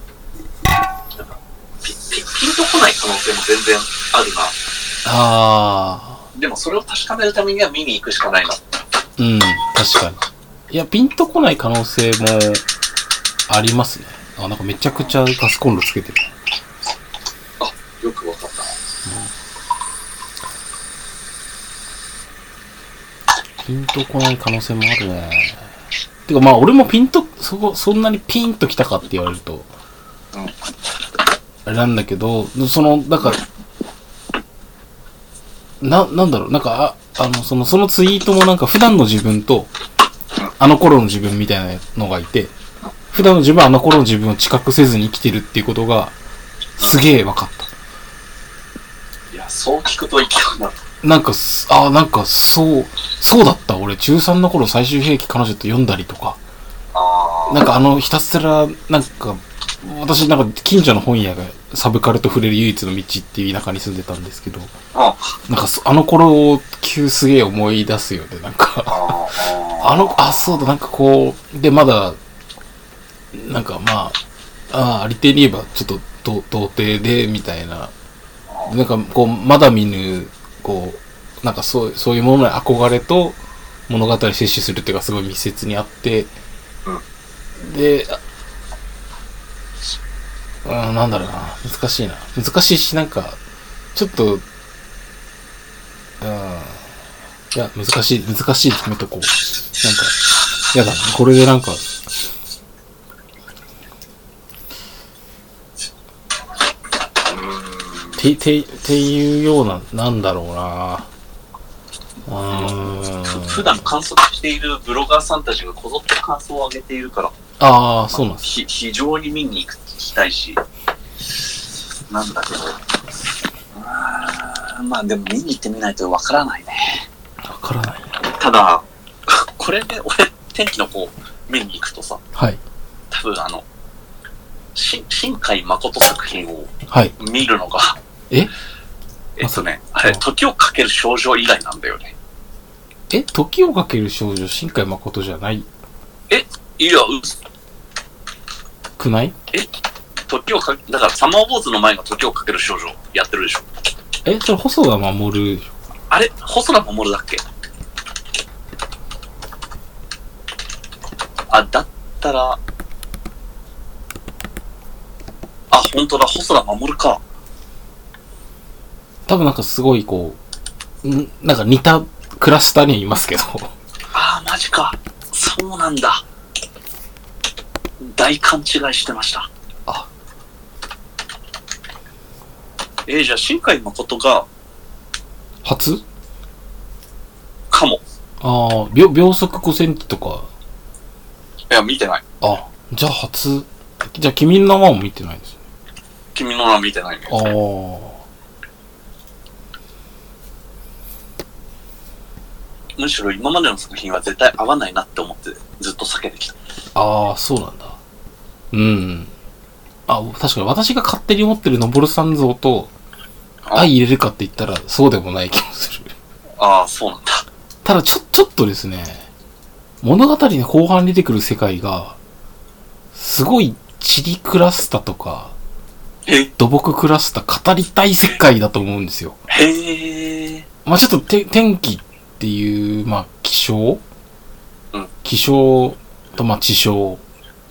B: なんかピピピンとこない可能性も全然あるな。
A: あ
B: でも、それを確かめるためには見に行くしかないな。
A: ー、うん、確かに。いや、ピンとこない可能性もありますね。あ、なんかめちゃくちゃガスコンロつけてる。
B: よくわかった。
A: ピンとこない可能性もあるね。てかまあ俺もピンと、そこ、そんなにピンときたかって言われると、
B: うん
A: あれなんだけど、その、なんか、な、なんだろう、なんか、ああの、その、そのツイートもなんか普段の自分と、あの頃の自分みたいなのがいて、普段の自分はあの頃の自分を知覚せずに生きてるっていうことが、すげえ分かった。
B: いや、そう聞くと行きたくなる。
A: なんかす、ああ、なんか、そう、そうだった。俺、中3の頃最終兵器彼女と読んだりとか、
B: ああ。
A: なんかあの、ひたすら、なんか、私なんか近所の本屋がサブカルと触れる唯一の道っていう田舎に住んでたんですけど、
B: あ
A: なんかそあの頃を急すげえ思い出すよね、なんか。
B: あ
A: あの、あ、そうだ、なんかこう、で、まだ、なんかまあ、ああ、ありていに言えば、ちょっとと童貞で、みたいな。なんか、こう、まだ見ぬ、こう、なんかそう、そういうものに憧れと、物語摂取するっていうか、すごい密接にあって、で、あうん、なんだろうな。難しいな。難しいし、なんか、ちょっと、うん。いや、難しい、難しい決めとこう。なんか、やだな。これでなんか、て、て、っていうような、なんだろうな。う
B: ふ
A: ー
B: 普
A: ん。
B: 段観測しているブロガーさんたちがこぞって感想を上げているから、
A: ああ、そうなんです。
B: ひ非常に見に行きたいし、なんだけど、あーまあでも見に行ってみないとわからないね。
A: わからない。
B: ただ、 これで俺、天気の子見に行くとさ、
A: はい。
B: 多分あの、し新海誠作品を
A: はい。
B: 見るのが、
A: え
B: えっとね、あれ、時をかける少女以来なんだよね。
A: え、時をかける少女、新海誠じゃない
B: いや、う
A: くない
B: 時をかけ、だからサマーウォーズの前が時をかける少女やってるでしょ。
A: え、それ細田守る。
B: あれ、細田守だっけあ、だったら、あ、本当だ、細田守か。
A: 多分なんかすごいこう、んなんか似たクラスターにはいますけど。
B: あー、マジか。そうなんだ。大勘違いしてました。
A: あ。
B: えー、じゃあ、新海誠が、
A: 初
B: かも。
A: ああ、秒秒速5センチとか。
B: いや、見てない。
A: あ、じゃあ初。じゃあ君の名はも見てないですね。
B: 君の名見てないね。
A: ああ。
B: むしろ今までの作品は絶対合わないなって思って、ずっと避けてきた。
A: ああ、そうなんだ。うん。あ、確かに私が勝手に持ってるのぼるさん像と相入れるかって言ったらそうでもない気もする。
B: ああ、そうなんだ。
A: ただちょ、ちょっとですね、物語の後半に出てくる世界が、すごいチリクラスタとか、
B: え
A: 土木クラスタ語りたい世界だと思うんですよ。
B: へえ。
A: まあちょっとて天気っていう、まあ気象、
B: うん
A: 気象とまあ地象お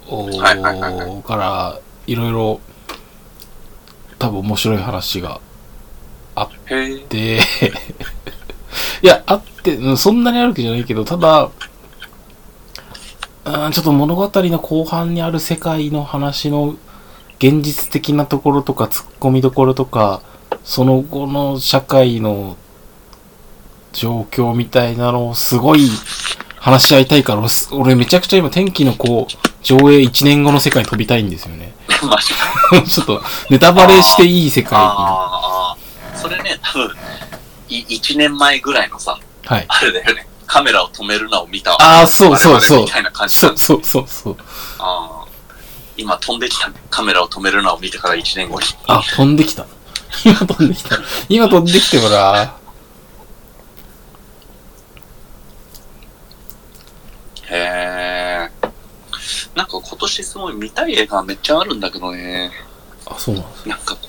B: はいはいはいは
A: ーから、いろいろ、多分面白い話が
B: へえ。
A: で、 いや、あって、うんそんなにあるわけじゃないけど、ただ、うん、ちょっと物語の後半にある世界の話の現実的なところとか、突っ込みどころとか、その後の社会の状況みたいなのをすごい話し合いたいから、俺す俺めちゃくちゃ今天気のこう、上映1年後の世界に飛びたいんですよね。
B: マジか。
A: ちょっとネタバレしていい世界に。は
B: あーあー。それね、多分、い1年前ぐらいのさ、
A: い。
B: あれだよね。カメラを止めるなを見た。
A: ああ、そうそう
B: 我々
A: そう
B: み。たいな感じ
A: そ
B: だ
A: う。そうそうそう。
B: あー今飛んできたね。カメラを止めるなを見てから1年後に。
A: あ、飛んできた。今飛んできた。今飛んできてほら。
B: へえ。なんか今年すごい見たい映画めっちゃあるんだけどね。
A: あ、そうなんです。
B: なんかこ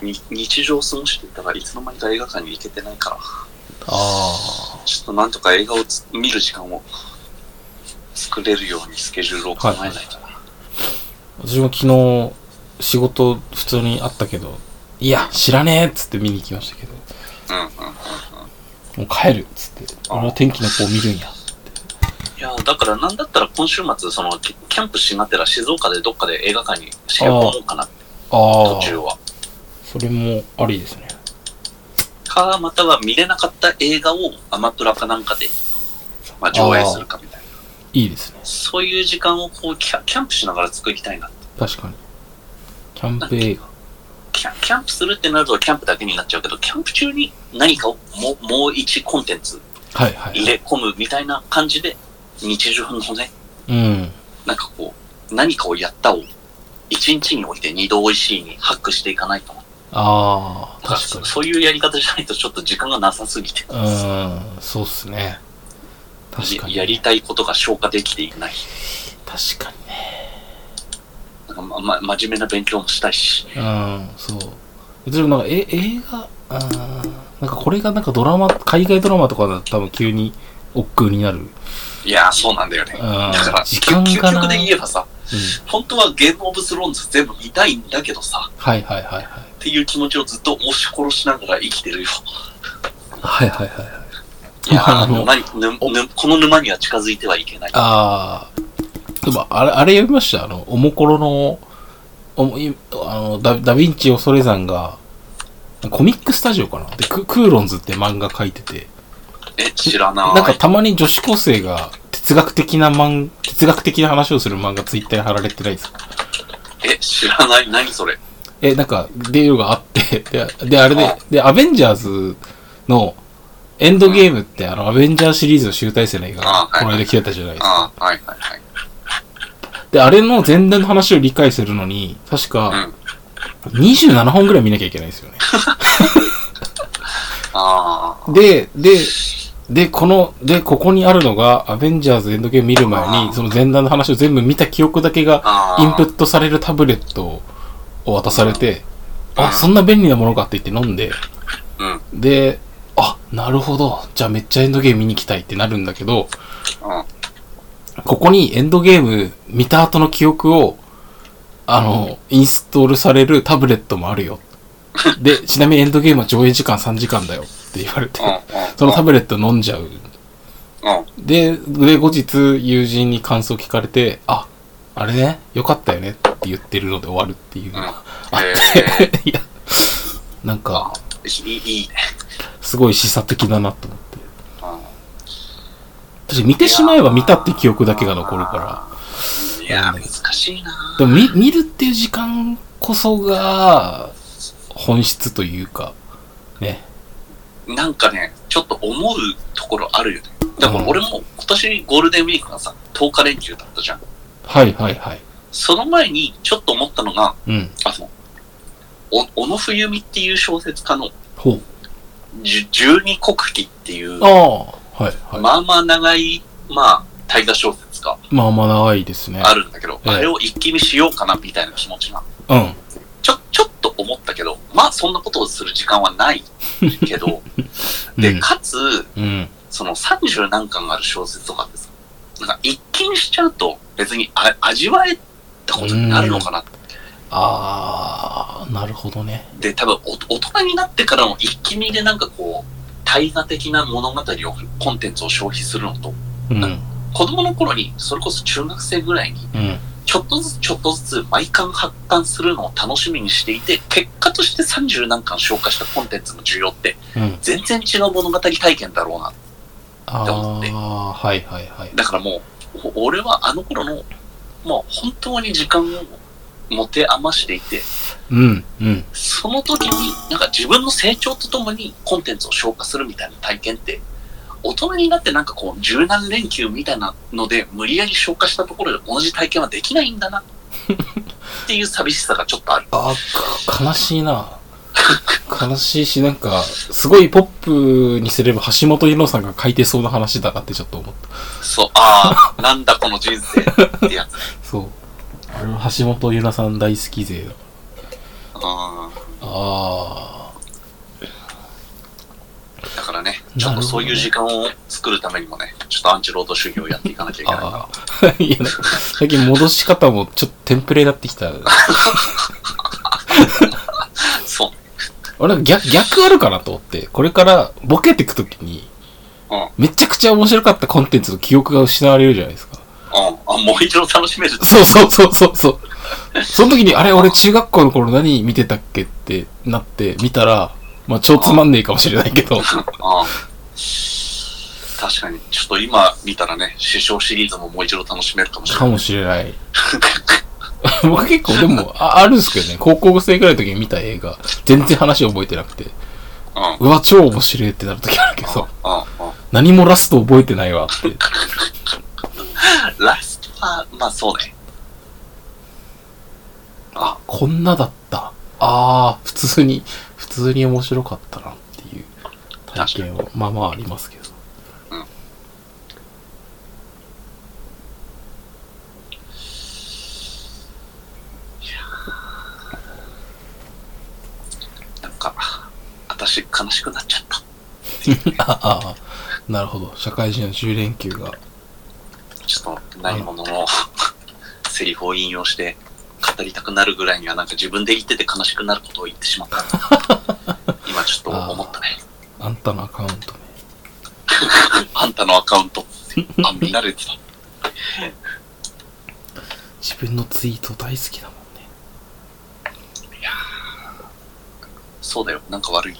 B: う、に日常を過ごしていたらいつの間にか映画館に行けてないから。
A: あ
B: ちょっとなんとか映画をつ見る時間を作れるようにスケジュールを考えないとな。
A: あ。私も昨日、仕事普通にあったけど、いや、知らねえっつって見に行きましたけど、
B: うんうん。
A: もう帰るっつって、俺は天気の子を見るんや。
B: いやーだからなんだったら今週末、そのキキャンプしがてら静岡でどっかで映画館にし込もうかな、
A: あ
B: 途中
A: あ、
B: は。
A: それもありですね。
B: か、または見れなかった映画をアマプラかなんかで、まあ、上映するかみたい
A: いいですね。
B: な。そういう時間をこうキャキャンプしながら作りたいなって
A: 確かに。キャンプ映画。
B: キャン。キャンプするってなるとキャンプだけになっちゃうけど、キャンプ中に何かをもうもう一コンテンツ
A: はいは
B: 入
A: い。
B: れ込むみたいな感じで、日常のね、
A: うん。
B: なんかこう、何かをやったを、一日において二度おいしいにハックしていかないとな。
A: ああ、
B: だから
A: 確かに
B: そ。そういうやり方じゃないとちょっと時間がなさすぎて、
A: うーん、そうっすね。確かに。
B: ややりたいことが消化できていない。
A: 確かにね。
B: なんかま、ま、真面目な勉強もしたいし。
A: うん、そう。でもなんか、え、映画、あーなんかこれがなんかドラマ、海外ドラマとかだと多分急に億劫になる。うん、
B: いやー、そうなんだよね。だから、
A: 時
B: 究
A: 間
B: 究
A: かな。
B: 極
A: うん、
B: で言えばさ、本当はゲームオブスローンズ全部見たいんだけどさ、
A: はいはいはいは
B: っ
A: い。
B: ていう気持ちをずっと押し殺しながら生きてるよ。
A: はいはい はいはい。
B: いやー、
A: あの
B: 沼に、ぬぬこの沼には近づいてはいけない。
A: ああ。でも、あれ、あれ読みましたあの、おもころの、おもいあのダ、ダヴィンチ恐山が、コミックスタジオかなでク、クーロンズって漫画書いてて、
B: え、知らない。
A: なんかたまに女子高生が哲学的な漫、哲学的な話をする漫画ツイッターに貼られてないですか
B: え、知らない。何それ。
A: え、なんか、デールがあって、 で、であれで
B: あ、
A: で、アベンジャーズのエンドゲームって、あの、アベンジャーシリーズの集大成の映画が
B: あはい
A: この間来てたじゃないですか。
B: ああ、はいはいはい。
A: で、あれの前段の話を理解するのに、確か、27本ぐらい見なきゃいけないんですよね。
B: ああ、
A: で、で、で、この、で、ここにあるのが、アベンジャーズエンドゲーム見る前
B: あ
A: に、その前段の話を全部見た記憶だけが、
B: ああ。
A: インプットされるタブレットを渡されて、
B: うん
A: あ、そんな便利なものかって言って飲んで、
B: うん。
A: で、あ、なるほど。じゃあめっちゃエンドゲーム見に行きたいってなるんだけど、
B: うん。
A: ここにエンドゲーム見た後の記憶を、あの、インストールされるタブレットもあるよ。で、ちなみにエンドゲームは上映時間3時間だよって言われて、
B: うん。
A: そのタブレット飲んじゃう。
B: うん。
A: で、で、後日友人に感想聞かれて、あ、あれね、よかったよねって言ってるので終わるっていうの
B: うん
A: があ
B: え
A: って、 いや、なんか、
B: ー、いい、いいね。
A: すごい示唆的だなと思って。
B: う
A: 確かに見てしまえば見たって記憶だけが残るから。
B: ん。いやー、難しいな
A: でも見見るっていう時間こそが本質というかね
B: なんかね、ちょっと思うところあるよね。だから俺も今年ゴールデンウィークがさ、10日連休だったじゃん。
A: はいはいはい
B: その前にちょっと思ったのが、
A: うん
B: あの、お小野冬美っていう小説家の
A: ほう
B: じゅ十二国旗っていう、
A: ああはいはい
B: まあまあ長い、まあ、大河小説が
A: まあまあ長いですね
B: あるんだけど、
A: ええ
B: あれを一気見しようかなみたいな気持ちが、
A: うん
B: ちょ、ちょっと思ったけど、まあそんなことをする時間はないけ ど、
A: う
B: で、
A: ん
B: かつ、
A: うん
B: その30何巻ある小説とかってさ、なんか一気にしちゃうと別にあ味わえたことになるのかなって。
A: ああなるほどね
B: で、多分お大人になってからも一気見でなんかこう、大河的な物語を、コンテンツを消費するのと、
A: うん
B: 子供の頃に、それこそ中学生ぐらいに、
A: うん
B: ちょっとずつちょっとずつ毎巻発刊するのを楽しみにしていて、結果として30何巻消化したコンテンツの需要って、
A: うん
B: 全然違う物語体験だろうな。
A: あ
B: と思って
A: あはいはいはい
B: だからもう、お俺はあの頃の、もう本当に時間を持て余していて、
A: うんうん
B: その時に、なんか自分の成長とともにコンテンツを消化するみたいな体験って、大人になってなんかこう、柔軟連休みたいなので、無理やり消化したところで同じ体験はできないんだ な。っていう寂しさがちょっとある。
A: あーか悲しいな悲しいしなんかすごいポップにすれば橋本伊野さんが書いてそうな話だなってちょっと思った
B: そう、ああ、なんだこの人生って やつ。
A: そう。あの橋本優奈さん大好き勢だ。
B: う
A: あ
B: ん。だからね、ちょっとそういう時間を作るためにもね、ちょっとアンチロード修行をやっていかなきゃい
A: あ。
B: けないな。
A: ああ。いや、なんか最近戻し方もちょっとテンプレになってきた。あ
B: そう。
A: れ逆、逆あるかなと思って。これからボケてくときに、
B: うん。
A: めちゃくちゃ面白かったコンテンツの記憶が失われるじゃないですか。
B: うん。あ、もう一度楽しめる。
A: そうそうそうそうそう。その時に、あれ、俺中学校の頃何見てたっけってなって見たら、まあ超つまんねえかもしれないけど。
B: ああ確かに、ちょっと今見たらね、師匠シリーズももう一度楽しめるかもしれ
A: か
B: ない。
A: もしれない。 僕結構でもあ、あるんですけどね、高校生ぐらいの時に見た映画、全然話覚えてなくて、
B: うん。うん。うん。
A: うわ、超面白いってなる時あるけど、
B: う
A: 何もラスト覚えてないわって。
B: ん。ラストは、まあそうね。あ、
A: こんなだった。あー、普通に、普通に面白かったなっていう体験は、まあまあありますけど。
B: し、悲しくなっちゃった。
A: ああ、なるほど。社会人の10連休が。
B: ちょっと、ないものの、 セリフを引用して、語りたくなるぐらいには、なんか自分で言ってて悲しくなることを言ってしま った。今ちょっと思ったね。
A: あんたのアカウントね。
B: あんたのアカウント。あ、見慣れてた。
A: 自分のツイート大好きだもんね。
B: そうだよ、なんか悪い。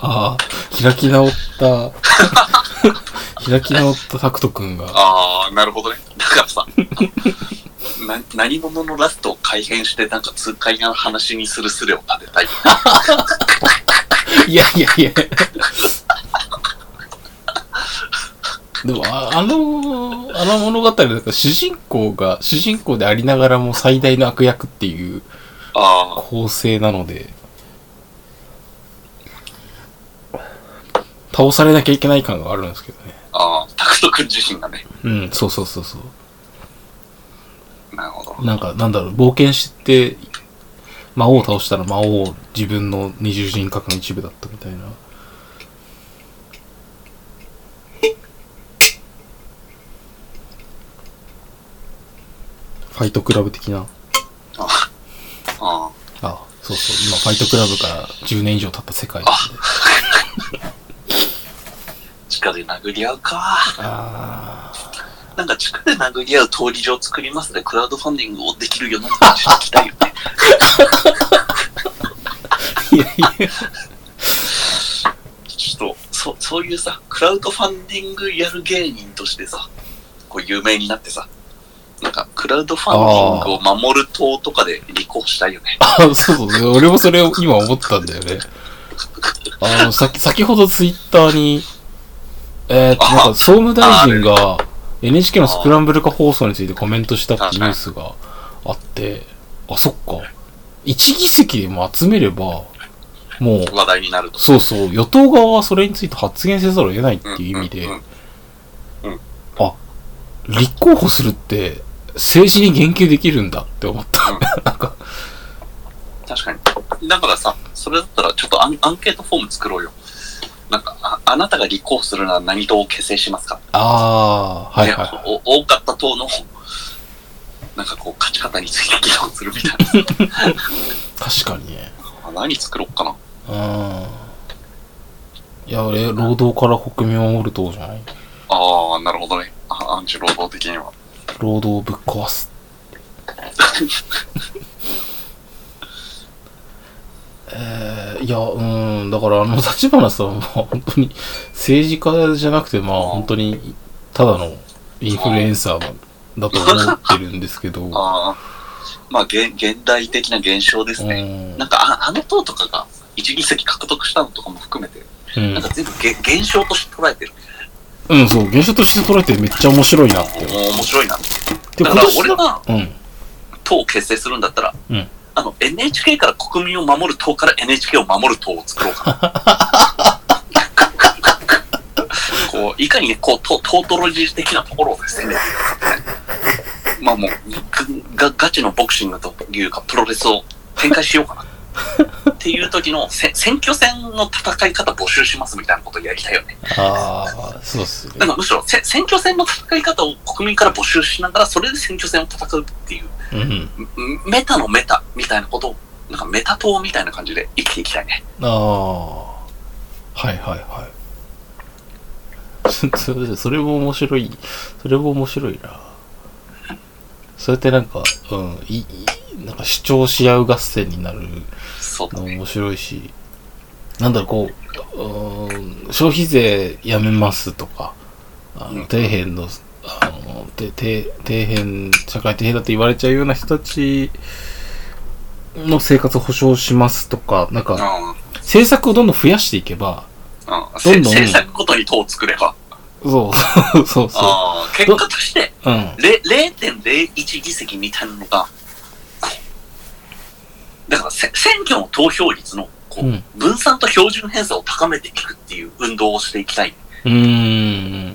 A: ああ、開き直った、 開き直ったタクト君が、
B: あー、なるほどね。だからさ、 な何者のラストを改変して、なんか痛快な話にするスレを立てたい。
A: いやいやいや。でも、ああの、あの物語だから主人公が、主人公でありながらも最大の悪役っていう
B: あー、
A: 構成なので、倒されなきゃいけない感があるんですけどね。
B: あー、タクト君自身がね。
A: うん、そうそうそうそう。
B: なるほど。
A: なんか、なんだろう、冒険して、魔王を倒したら魔王を自分の二重人格の一部だったみたいな。ファイトクラブ的な。
B: あー
A: あ、そうそう。今、ファイトクラブから10年以上経った世界
B: 地下で殴り合うか。
A: あ
B: なんか地下で殴り合う闘技場を作りますで、クラウドファンディングをできる世の中にしていきたいよね。
A: あ。いやいや。
B: ちょっと、そ、そういうさ、クラウドファンディングやる芸人としてさ、こう有名になってさ、なんかクラウドファンディングを守る党とかで立候補したいよね。
A: あ、 そうそうそう。俺もそれを今思ったんだよね。あの、さき、先ほどツイッターに、えー、と、
B: あ
A: なんか総務大臣が NHK のスクランブル化放送についてコメントしたってニュースがあって、あ、そっか。一議席でも集めれば、もう、
B: 話題になると。
A: そうそう、与党側はそれについて発言せざるを得ないっていう意味で
B: うんうんうん、
A: あ、立候補するって政治に言及できるんだって思った。
B: 確かに。だからさ、それだったらちょっとアンアンケートフォーム作ろうよ。なんか、ああなたが立候補するなら何党を結成しますか
A: ああ、はいはいはい。
B: でお多かった党の、なんかこう、勝ち方について議論するみたいなさ。
A: 確かにね。
B: あ何作ろうかな。
A: うん。いや、俺、労働から国民を守る党じゃない
B: ああ、なるほどね。あアンチ労働的には。
A: 労働をぶっ壊す。えー、いや、うん、だからあの、立花さんは本当に政治家じゃなくて、まあ本当に、ただのインフルエンサーだと思ってるんですけど、う
B: ああ。まあ、現現代的な現象ですね。
A: ん
B: な。んかあ、あの党とかが一議席獲得したのとかも含めて、
A: うん
B: なんか全部げ現象として捉えてる。
A: うん、そう、現象として捉えてめっちゃ面白いなって。
B: もう面白いな。
A: で、
B: だ
A: 今
B: から
A: 年
B: 俺が
A: うん。
B: 党を結成するんだったら、
A: うん
B: あの NHK から国民を守る党から NHK を守る党を作ろうかな。 こういかにね、こう、トトートロジー的なところをですね、まあもう、がガチのボクシングというか、プロレスを展開しようかな。っていう時のせ選挙戦の戦い方募集しますみたいなことやりたいよね。
A: ああ、そうっすね
B: なん。かむしろせ選挙戦の戦い方を国民から募集しながら、それで選挙戦を戦うっていう
A: うん。
B: メタのメタみたいなことを、なんかメタ党みたいな感じで生きていきたいね。
A: ああ。はいはい はい。そそそれも面白い。それも面白いな。そうやってなんか、うん、いい、なんか主張し合う合戦になる
B: そうだ
A: の
B: ね。
A: 面白いし、なんだろう、こう、うーん消費税やめますとか、あの、
B: うん
A: 底辺の、あの、て底底辺、社会底辺だって言われちゃうような人たちの生活を保障しますとか、なんか、
B: うん。うん。
A: 政策をどんどん増やしていけば、
B: せ
A: どんどん
B: 政策ごとに党を作れば。
A: そう、 そうそ
B: あー結果として、
A: う。うん。
B: れ0.01議席みたいなのが、こうだからせ選挙の投票率のこう、
A: うん
B: 分散と標準偏差を高めていくっていう運動をしていきたい。
A: うーん。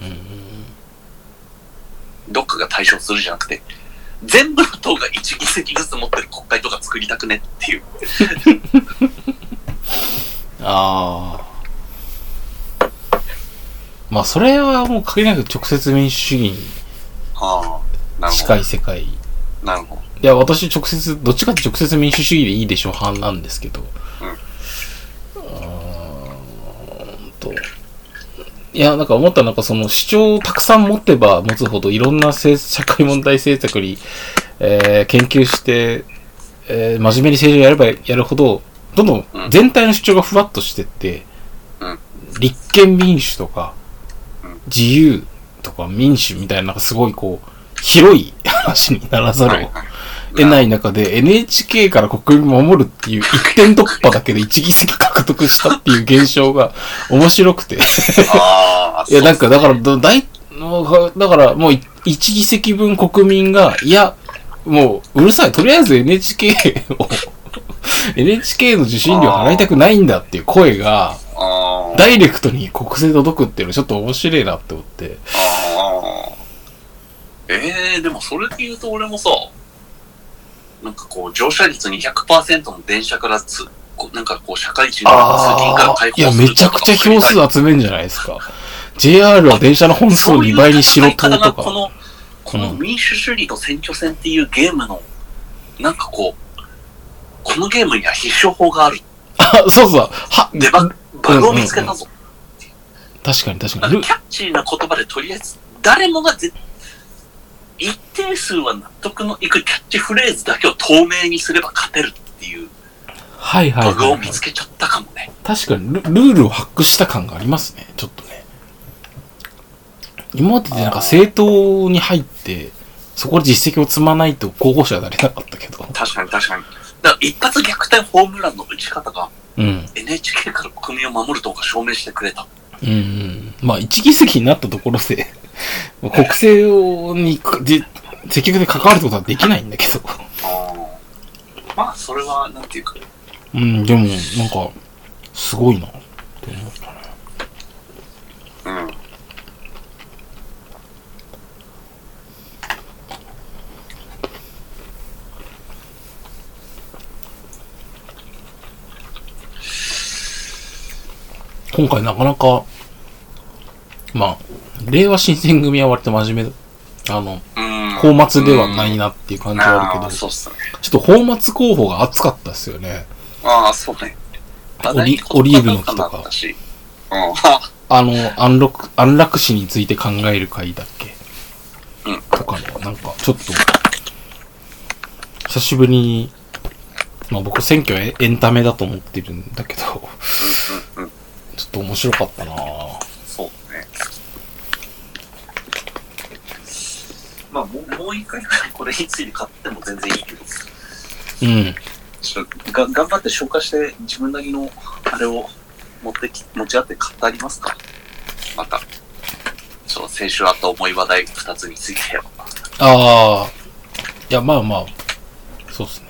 B: どっかが対象するじゃなくて、全部の党が1議席ずつ持ってる国会とか作りたくねっていう。
A: あああ。まあ、それはもう限りなく直接民主主義
B: ああ、な
A: に
B: るほ
A: 近い
B: ど。
A: 世界。い
B: なるほど。
A: や、私直接、どっちかって直接民主主義でいいでしょう派なんですけど。うんと。いや、なんか思ったのはなんかその主張をたくさん持てば持つほどいろんな政社会問題政策に、えー研究して、えー真面目に政治をやればやるほど、どんどん
B: うん
A: 全体の主張がふわっとしてって、
B: うん
A: 立憲民主とか
B: うん、
A: 自由とか民主みたいな、なんかすごいこう、広い話にならざるを得
B: い。
A: ない中で NHK から国民を守るっていう一点突破だけで一議席獲得したっていう現象が面白くて。
B: ああ、
A: いや、なんか、だから、ど大、だから、もう、い一議席分国民が、いや、もう、うるさい、とりあえず NHK を、NHK の受信料払いたくないんだっていう声が、
B: ああ、
A: ダイレクトに国政届くっていうのちょっと面白いなって思って。
B: ああ。ええでもそれで言うと俺もさ、なんかこう、乗車率200%の電車からつ、こうなんかこう、社会人の通勤から解
A: い
B: 放
A: や、
B: する
A: めちゃくちゃ票数集めんじゃないですか。JR は電車の本数を2倍にしろと
B: そういう戦い
A: と
B: 方がこ
A: か。
B: の、この民主主義と選挙戦っていうゲームの、なんかこう、このゲームには必勝法がある。
A: あ、そうそう。は、
B: で、ババグを見つけたぞ。
A: 確かに確か
B: なん
A: に。
B: かキャッチーな言葉でとりあえず、誰もがぜ一定数は納得のいくキャッチフレーズだけを透明にすれば勝てるっていう
A: はいはい
B: バグ
A: はい、
B: を
A: は
B: 見
A: い
B: つ。けちゃったかもね。
A: 確かにルルールを発掘した感がありますねちょっとね今まででなんか政党に入ってそこで実績を積まないと候補者はなれなかったけど
B: 確かに確かに。だから一発逆転ホームランの打ち方が
A: うん
B: NHK から国民を守るとか証明してくれた。
A: うんうんまあ一議席になったところで 国政にかじ積極的に関わるってことはできないんだけど
B: まあ、それは、なんていうか、
A: うんでもなんかすごいなって思ったね
B: うん。
A: 今回なかなかまあ令和新選組は割と真面目だあの泡沫ではない
B: な
A: なっていう感じはあるけど、ちょ
B: そうっすね。
A: っと泡沫候補が熱かったですよね。
B: ああ、そうね。
A: オリオリーブの木とか
B: うん。あ
A: あの、安楽、安楽死について考える会だっけ、
B: うん
A: とかの、なんか、ちょっと、久しぶりに、まあ僕選挙エエンタメだと思ってるんだけど、ちょ
B: うんうんうん。
A: っと面白かったなぁ
B: そうね。まあ、もう、もう一回ぐらいこれについて買っても全然いいけど、
A: うん。
B: ちょっとが頑張って消化して自分なりの、あれを持ってき、持ち合って買ってありますかまた。ちょっと先週あった重い話題二つについてよ。
A: ああ、いや、まあまあ、そうっすね。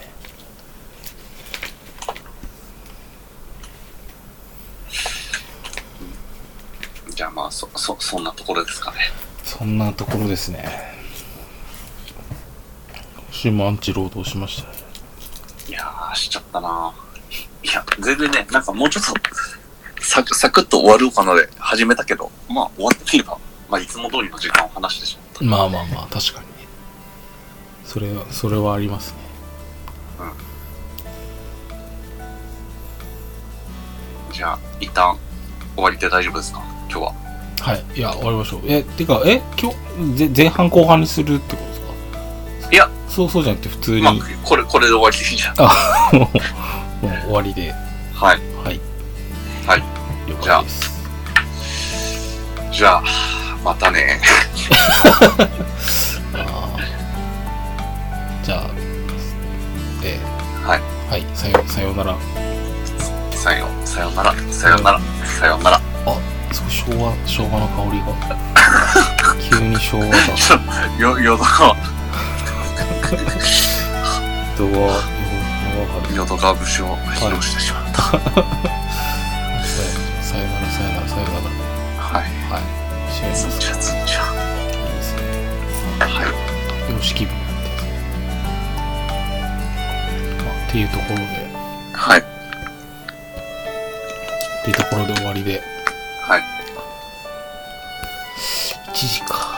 B: じゃあまあ、そ、そ、そんなところですかね。
A: そんなところですね。今週もアンチ労働しましたね。
B: いやー、しちゃったなーいや、全然ね、なんかもうちょっと、サク、サクッと終わろうかなで始めたけど、まあ終わってみれば、まあいつも通りの時間を話してしまっ
A: まあまあまあ確かにねそれはそれはありますね
B: た。じゃあ、一旦終わりで大丈夫ですか今日は。
A: はいいや終わりましょうえてかえ今日ぜ前半後半にするってことですか
B: いや
A: そうそうじゃなくて普通に、
B: まあ
A: もう、
B: これ、これで終わりでいいじゃん。
A: もう終わりで
B: はい。
A: はい
B: はい
A: 了
B: じゃあ
A: 解です
B: じゃあ、またね
A: あーじゃあえ
B: はい
A: ー、はいさよさようなら
B: さよ、さよなら、さよなら、さよなら。
A: すごい昭和昭和の香りが急に昭和だ
B: ちょっと、よ、よどか
A: 人はよくわ
B: わ、
A: かる
B: よどか節を披露してしまった。
A: さよならさよならさよなら
B: はい。
A: はい締めま
B: つ
A: す
B: んちゃつんちゃ。
A: いいですね
B: はい。
A: 様式日になってますね、まあ、っていうところで
B: はい。
A: っていうところで終わりで、
B: はい。
A: 1時か。